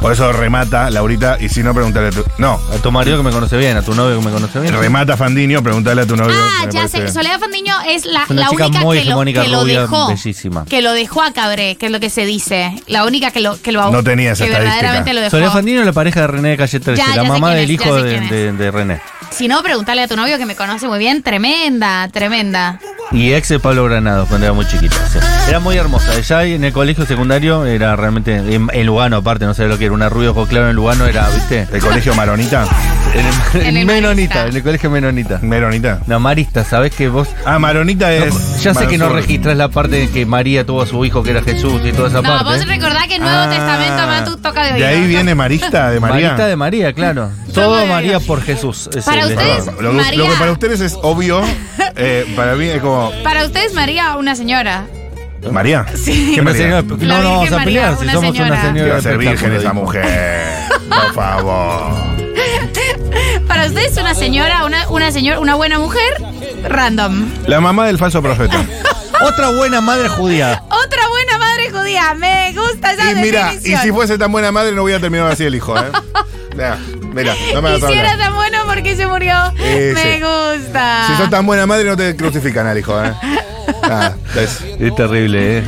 Speaker 2: Por eso remata Laurita y si no, pregúntale a tu... No,
Speaker 1: A tu marido que me conoce bien, a tu novio que me conoce bien.
Speaker 2: remata Fandinio, pregúntale a tu novio.
Speaker 3: Ah,
Speaker 2: me
Speaker 3: ya
Speaker 2: parece
Speaker 3: sé.
Speaker 2: bien.
Speaker 3: Soledad Fandiño es la,
Speaker 1: Una
Speaker 3: la
Speaker 1: chica
Speaker 3: única
Speaker 1: muy
Speaker 3: que lo,
Speaker 1: hegemónica,
Speaker 3: que lo
Speaker 1: rubia,
Speaker 3: dejó.
Speaker 1: bellísima.
Speaker 3: Que lo dejó a Cabré, que es lo que se dice. La única que lo que lo
Speaker 2: No tenía esa
Speaker 3: que
Speaker 2: estadística.
Speaker 3: verdaderamente lo dejó.
Speaker 1: Soledad Fandino es la pareja de René de Calle 13,
Speaker 3: Ya, ya
Speaker 1: la
Speaker 3: sé
Speaker 1: mamá
Speaker 3: quién
Speaker 1: del
Speaker 3: es, ya
Speaker 1: hijo
Speaker 3: sé
Speaker 1: de,
Speaker 3: quién es.
Speaker 1: de- de René.
Speaker 3: Si no, pregúntale a tu novio que me conoce muy bien. Tremenda, tremenda.
Speaker 1: Y ex de Pablo Granados cuando era muy chiquita. sí. Era muy hermosa. Ya en el colegio secundario era realmente. En, en Lugano, aparte, no sé lo que era. Una rubia ojo claro en Lugano era, ¿viste?
Speaker 2: ¿El colegio Maronita?
Speaker 1: En el,
Speaker 3: En el
Speaker 1: menonita,
Speaker 3: Marista.
Speaker 1: en el colegio menonita.
Speaker 2: ¿Meronita?
Speaker 1: No, Marista, ¿sabés que vos.
Speaker 2: Ah, Maronita es.
Speaker 1: Ya sé que no
Speaker 2: Mansur.
Speaker 1: registras la parte de que María tuvo a su hijo que era Jesús y toda esa
Speaker 3: No,
Speaker 1: parte.
Speaker 3: vos recordá que el Nuevo
Speaker 2: Ah,
Speaker 3: Testamento Matu toca de
Speaker 2: De ahí viene Marista, de María.
Speaker 1: Marista de María, claro. Todo María por Jesús. es
Speaker 3: Para
Speaker 1: el-
Speaker 3: ustedes-
Speaker 2: Perdón, lo, que- lo que
Speaker 3: María.
Speaker 2: para ustedes es obvio, eh, para mí es como.
Speaker 3: Para ustedes, María, una señora.
Speaker 2: ¿María?
Speaker 3: Sí.
Speaker 2: ¿Qué
Speaker 1: Una señora-
Speaker 2: María?
Speaker 1: no nos
Speaker 3: La Virgen
Speaker 1: vamos a
Speaker 3: María,
Speaker 1: pelear si
Speaker 3: una
Speaker 1: somos una
Speaker 3: señora.
Speaker 1: señora.
Speaker 2: Que va a ser
Speaker 1: de
Speaker 2: virgen
Speaker 1: espectáculo,
Speaker 2: esa
Speaker 1: dijo.
Speaker 2: mujer. Por favor.
Speaker 1: [laughs]
Speaker 3: Para ustedes, una señora, una, una señora, una buena mujer, random.
Speaker 2: La mamá del falso profeta.
Speaker 1: Otra buena madre judía.
Speaker 3: Otra buena madre judía. Me gusta esa
Speaker 2: Y mira, y
Speaker 3: definición.
Speaker 2: si fuese tan buena madre, no hubiera terminado así el hijo, ¿eh? Mira, mira, no me
Speaker 3: Y
Speaker 2: vas a
Speaker 3: si era
Speaker 2: hablar.
Speaker 3: tan bueno porque se murió.
Speaker 2: Eh,
Speaker 3: me
Speaker 2: sí.
Speaker 3: gusta.
Speaker 2: Si sos tan buena madre, no te crucifican al hijo, ¿eh? Nada, es-
Speaker 1: Es terrible, ¿eh?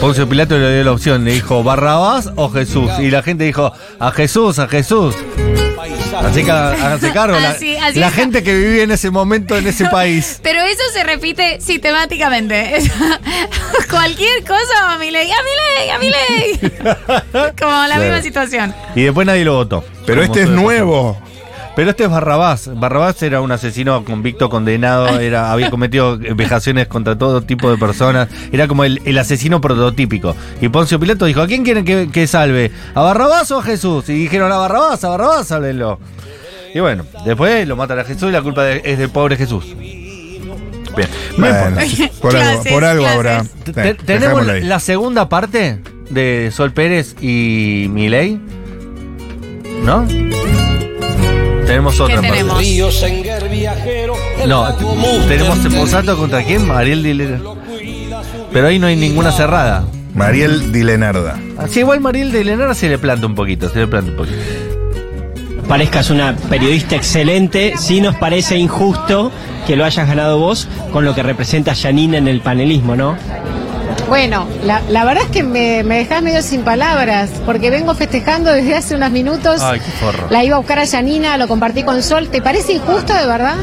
Speaker 1: Poncio Pilato le dio la opción, le dijo Barrabás o Jesús. Y la gente dijo, a Jesús, a Jesús. Así que háganse cargo. La,
Speaker 3: Así- así
Speaker 1: la
Speaker 3: es.
Speaker 1: gente que vivía en ese momento en ese
Speaker 3: [laughs]
Speaker 1: país.
Speaker 3: Pero eso se repite sistemáticamente. [laughs] Es- Cualquier cosa, a mi ley, a mi ley, a mi ley.
Speaker 2: [laughs]
Speaker 3: Como la misma situación.
Speaker 1: Y después nadie lo votó.
Speaker 2: Pero
Speaker 1: Como
Speaker 2: este
Speaker 1: suele
Speaker 2: es
Speaker 1: pasar.
Speaker 2: nuevo.
Speaker 1: Pero este es Barrabás. Barrabás era un asesino convicto, condenado, era, había cometido vejaciones contra todo tipo de personas. Era como el, el asesino prototípico. Y Poncio Pilato dijo, ¿a quién quieren que, que salve? ¿A Barrabás o a Jesús? Y dijeron, a Barrabás, a Barrabás, sálvenlo. Y bueno, después lo matan a Jesús y la culpa de- es del pobre Jesús. Bien.
Speaker 2: Bueno, sí, por algo,
Speaker 3: Clases,
Speaker 2: por algo
Speaker 3: clases.
Speaker 2: habrá.
Speaker 1: Te-
Speaker 2: Sí,
Speaker 1: tenemos
Speaker 2: dejémoslo ahí.
Speaker 1: la segunda parte de Sol Pérez y Milei. ¿No? Tenemos otra parte.
Speaker 3: tenemos?
Speaker 1: No, tenemos Monsanto contra quién? Ariel Dilera. Pero ahí no hay ninguna cerrada.
Speaker 2: Mariel Dilenarda.
Speaker 1: Así igual Mariel de Lenar se le planta un poquito, se le planta un poquito.
Speaker 4: Parezcas una periodista excelente, sí nos parece injusto que lo hayas ganado vos con lo que representa Janina en el panelismo, ¿no?
Speaker 12: Bueno, la, la verdad es que me, me dejás medio sin palabras, porque vengo festejando desde hace unos minutos.
Speaker 1: Ay, qué forro.
Speaker 12: La iba a buscar a Yanina, lo compartí con Sol. ¿Te parece injusto de verdad?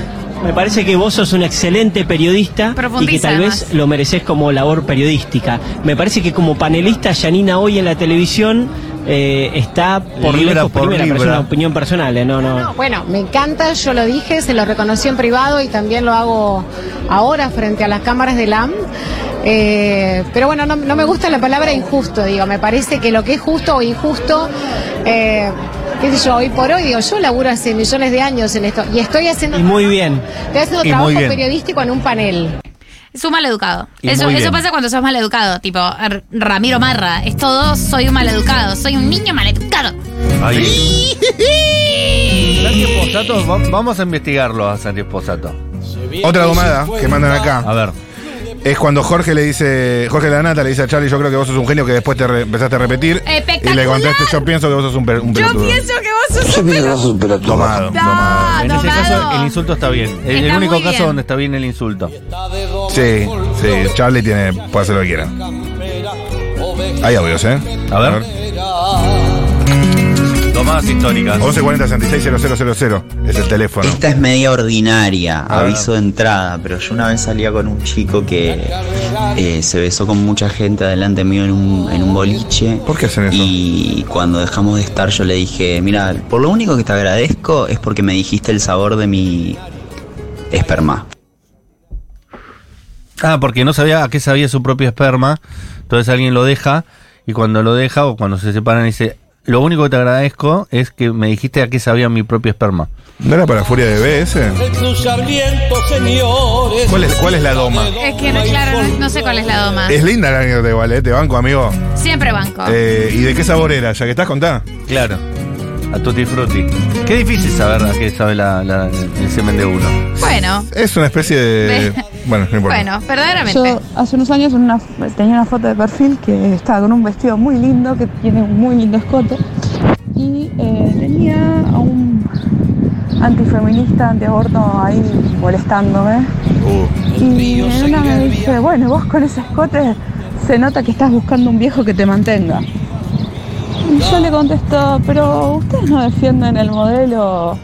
Speaker 4: Me parece que vos sos un excelente periodista y que
Speaker 3: Profundiza,
Speaker 4: tal vez
Speaker 3: además.
Speaker 4: lo mereces como labor periodística. Me parece que como panelista, Janina hoy en la televisión eh, está por
Speaker 1: Libra
Speaker 4: lejos
Speaker 1: por
Speaker 4: primera, pero es
Speaker 1: libra.
Speaker 4: una opinión personal, eh, no, no.
Speaker 12: Bueno, me encanta, yo lo dije, se lo reconocí en privado y también lo hago ahora frente a las cámaras del AM. Eh, pero bueno, no, no me gusta la palabra injusto, digo, me parece que lo que es justo o injusto, eh, qué sé yo, hoy por hoy, digo, yo laburo hace millones de años en esto y estoy haciendo,
Speaker 4: Y muy bien.
Speaker 12: estoy haciendo
Speaker 1: y muy
Speaker 12: trabajo
Speaker 1: bien.
Speaker 12: periodístico en un panel.
Speaker 3: Es un maleducado.
Speaker 1: Y
Speaker 3: Eso,
Speaker 1: muy
Speaker 3: eso
Speaker 1: bien.
Speaker 3: pasa cuando sos maleducado. Tipo, R- Ramiro Marra. Es todo, soy un maleducado. Soy un niño maleducado.
Speaker 1: Ahí. Santi Esposato, va- vamos a investigarlo a Santi Esposato.
Speaker 2: Otra gomada que mandan acá. A
Speaker 1: ver.
Speaker 2: Es cuando Jorge le dice, Jorge Lanata le dice a Charlie, yo creo que vos sos un genio que después te re- empezaste a repetir. Y
Speaker 3: Espectacular.
Speaker 2: le contaste, yo pienso que vos sos un, per- un pelotudo.
Speaker 3: que vos sos
Speaker 2: Tomado.
Speaker 1: En ese caso, el insulto está bien. El, el
Speaker 3: Está
Speaker 1: único
Speaker 3: muy
Speaker 1: caso
Speaker 3: bien.
Speaker 1: donde está bien el insulto.
Speaker 2: Sí, sí, Charlie tiene, puede hacer lo que quiera. Hay audios, ¿eh?
Speaker 1: A ver. Tomadas históricas.
Speaker 2: 1140 66 000 es el teléfono.
Speaker 13: Esta es media ordinaria,
Speaker 2: A ver.
Speaker 13: aviso de entrada, pero yo una vez salía con un chico que eh, se besó con mucha gente adelante mío en un, en un boliche.
Speaker 2: ¿Por qué hacen eso?
Speaker 13: Y cuando dejamos de estar yo le dije, mira, por lo único que te agradezco es porque me dijiste el sabor de mi esperma.
Speaker 1: Ah, porque no sabía a qué sabía su propio esperma. Entonces alguien lo deja y cuando lo deja o cuando se separan dice, lo único que te agradezco es que me dijiste a qué sabía mi propio esperma.
Speaker 2: ¿No era para Furia de B ese? ¿Cuál es, cuál es la doma?
Speaker 3: Es que, no, claro, no, no sé cuál es la doma.
Speaker 2: Es linda la anécdota igual, ¿eh? Te banco, amigo.
Speaker 3: Siempre banco.
Speaker 2: Eh, ¿Y de qué sabor era? ¿Ya que estás contá?
Speaker 1: Claro. A tutti frutti. Qué difícil saber a qué sabe la- la- el semen de uno.
Speaker 3: Bueno,
Speaker 2: Es una especie de... Bueno, no importa.
Speaker 3: bueno, verdaderamente.
Speaker 14: Yo hace unos años en una- tenía una foto de perfil que estaba con un vestido muy lindo, que tiene un muy lindo escote, y eh, tenía a un antifeminista, antiaborto ahí molestándome. Y en una me dice, bueno, vos con ese escote se nota que estás buscando un viejo que te mantenga. Y yo le contesto, pero ustedes no defienden el modelo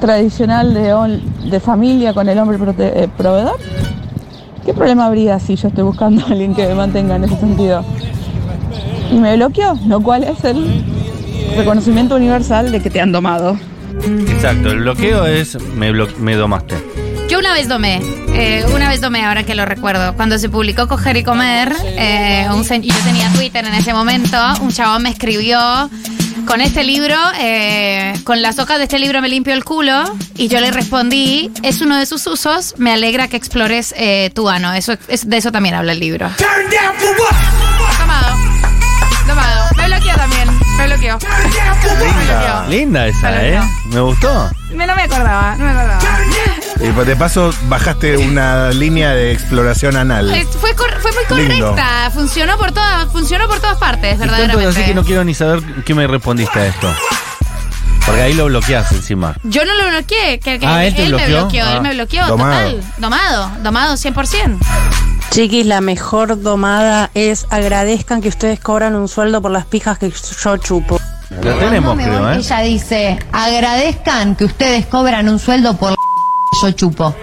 Speaker 14: tradicional de, hol- de familia con el hombre prote- eh, proveedor. ¿Qué problema habría si yo estoy buscando a alguien que me mantenga en ese sentido? Y me bloqueó, lo cual es el reconocimiento universal de que te han domado.
Speaker 1: Exacto, el bloqueo es me, blo- me domaste.
Speaker 3: Yo una vez domé, eh, una vez domé, ahora que lo recuerdo, cuando se publicó Coger y Comer, eh, un se- y yo tenía Twitter en ese momento, un chabón me escribió, con este libro, eh, con las hojas de este libro me limpio el culo, y yo le respondí, es uno de sus usos, me alegra que explores eh, tu ano, eso, es- de eso también habla el libro. Tomado, tomado, me bloqueó también, me bloqueó.
Speaker 2: Linda.
Speaker 1: Linda esa, ¿eh? Me gustó.
Speaker 3: Me, no me acordaba, no me acordaba.
Speaker 2: Y de paso bajaste una línea de exploración
Speaker 3: Eh,
Speaker 2: anal.
Speaker 3: Fue, cor- fue muy
Speaker 2: Lindo.
Speaker 3: correcta, funcionó por todas, funcionó por todas partes,
Speaker 1: Y tanto es así
Speaker 3: verdaderamente.
Speaker 1: que no quiero ni saber qué me respondiste a esto. Porque ahí lo bloqueas encima.
Speaker 3: Yo no lo bloqueé, que, que
Speaker 1: Ah, ¿él
Speaker 3: él,
Speaker 1: te
Speaker 3: me
Speaker 1: bloqueó?
Speaker 3: bloqueó,
Speaker 1: Ah.
Speaker 3: él me bloqueó,
Speaker 1: Domado.
Speaker 3: total. Domado, domado 100%.
Speaker 15: Chiquis, la mejor domada es agradezcan que ustedes cobran un sueldo por las pijas que yo chupo.
Speaker 1: Lo tenemos,
Speaker 16: Mándame
Speaker 1: creo,
Speaker 16: vos.
Speaker 1: ¿eh?
Speaker 16: Ella dice, agradezcan que ustedes cobran un sueldo por la que yo chupo.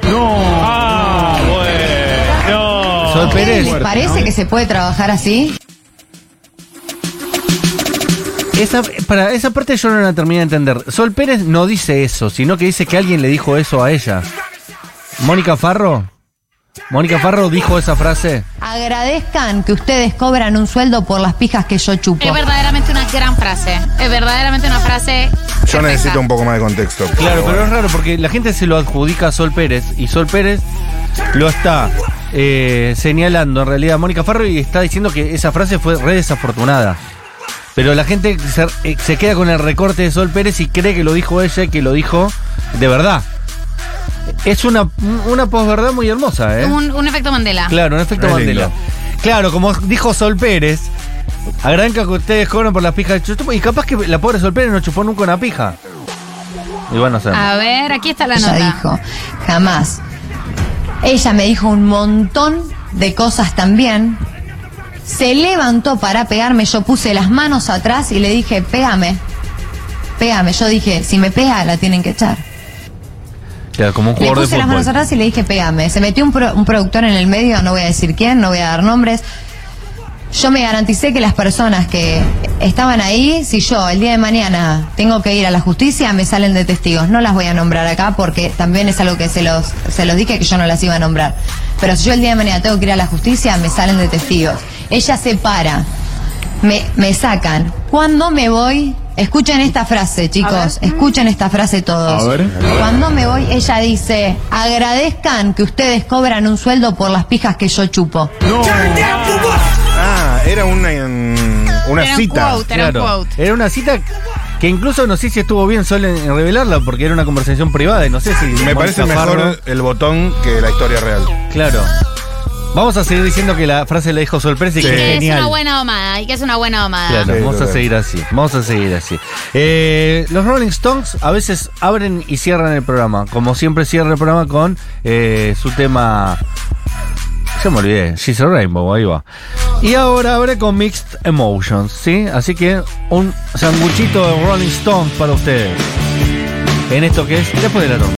Speaker 1: Ah, bueno. Soy Pérez.
Speaker 16: ¿Les parece que se puede trabajar así?
Speaker 1: Esa, para esa parte yo no la terminé de entender. Sol Pérez no dice eso, sino que dice que alguien le dijo eso a ella. Mónica Farro. Mónica Farro dijo esa frase.
Speaker 16: Agradezcan que ustedes cobran un sueldo por las pijas que yo chupo.
Speaker 3: Es verdaderamente una gran frase. Es verdaderamente una frase.
Speaker 2: Yo necesito un poco más de contexto.
Speaker 1: Claro, pero es raro porque la gente se lo adjudica a Sol Pérez y Sol Pérez lo está eh, señalando en realidad a Mónica Farro y está diciendo que esa frase fue re desafortunada. Pero la gente se, eh, se queda con el recorte de Sol Pérez y cree que lo dijo ella y que lo dijo de verdad. Es una, una posverdad muy hermosa, ¿eh?
Speaker 3: Un, un efecto
Speaker 16: Ah.
Speaker 3: Mandela.
Speaker 1: Claro, un efecto
Speaker 2: Es
Speaker 1: Mandela. Claro, como dijo Sol Pérez, arranca que ustedes cobran por las pijas. de chupo, Y capaz que la pobre Sol Pérez no chupó nunca una pija. Y bueno, sabemos.
Speaker 16: Ah.
Speaker 3: A ver, aquí está la
Speaker 16: Ella
Speaker 3: nota.
Speaker 16: dijo, jamás. Ella me dijo un montón de cosas también. Se levantó para pegarme, yo puse las manos atrás y le dije, pégame. Pégame. Yo dije, si me pega, la tienen que echar.
Speaker 1: Claro, como un
Speaker 16: Le
Speaker 1: jugador de
Speaker 16: puse las manos
Speaker 1: fútbol.
Speaker 16: atrás y le dije, pégame. Se metió un, pro- un productor en el medio, no voy a decir quién, no voy a dar nombres. Yo me garanticé que las personas que estaban ahí, si yo el día de mañana tengo que ir a la justicia, me salen de testigos. No las voy a nombrar acá porque también es algo que se los, se los dije que yo no las iba a nombrar. Pero si yo el día de mañana tengo que ir a la justicia, me salen de testigos. Ella se para, me, me sacan. Cuando me voy, Escuchen esta frase, chicos. Escuchen esta frase todos.
Speaker 17: A ver.
Speaker 16: Cuando me voy, ella dice: agradezcan que ustedes cobran un sueldo por las pijas que yo chupo.
Speaker 2: Ah, era una, mm, una
Speaker 16: Era un
Speaker 2: cita.
Speaker 16: quote, era un quote.
Speaker 1: Era una cita que incluso no sé si estuvo bien Sol en, en revelarla porque era una conversación privada y no sé si.
Speaker 2: Me parece mejor el botón que la historia real.
Speaker 1: Claro. Vamos a seguir diciendo que la frase la dijo Sol Presi,
Speaker 3: Y
Speaker 1: que
Speaker 3: que
Speaker 1: es
Speaker 3: es una
Speaker 1: genial.
Speaker 3: buena domada, y que es una buena domada.
Speaker 1: Claro,
Speaker 2: Sí,
Speaker 1: vamos a
Speaker 2: total.
Speaker 1: seguir así, vamos a seguir así. Eh, los Rolling Stones a veces abren y cierran el programa, como siempre cierra el programa con eh, su tema... Ya me olvidé, She's a Rainbow, ahí va. Y ahora abre con Mixed Emotions, ¿sí? Así que un sanguchito de Rolling Stones para ustedes. En esto que es después de la toma.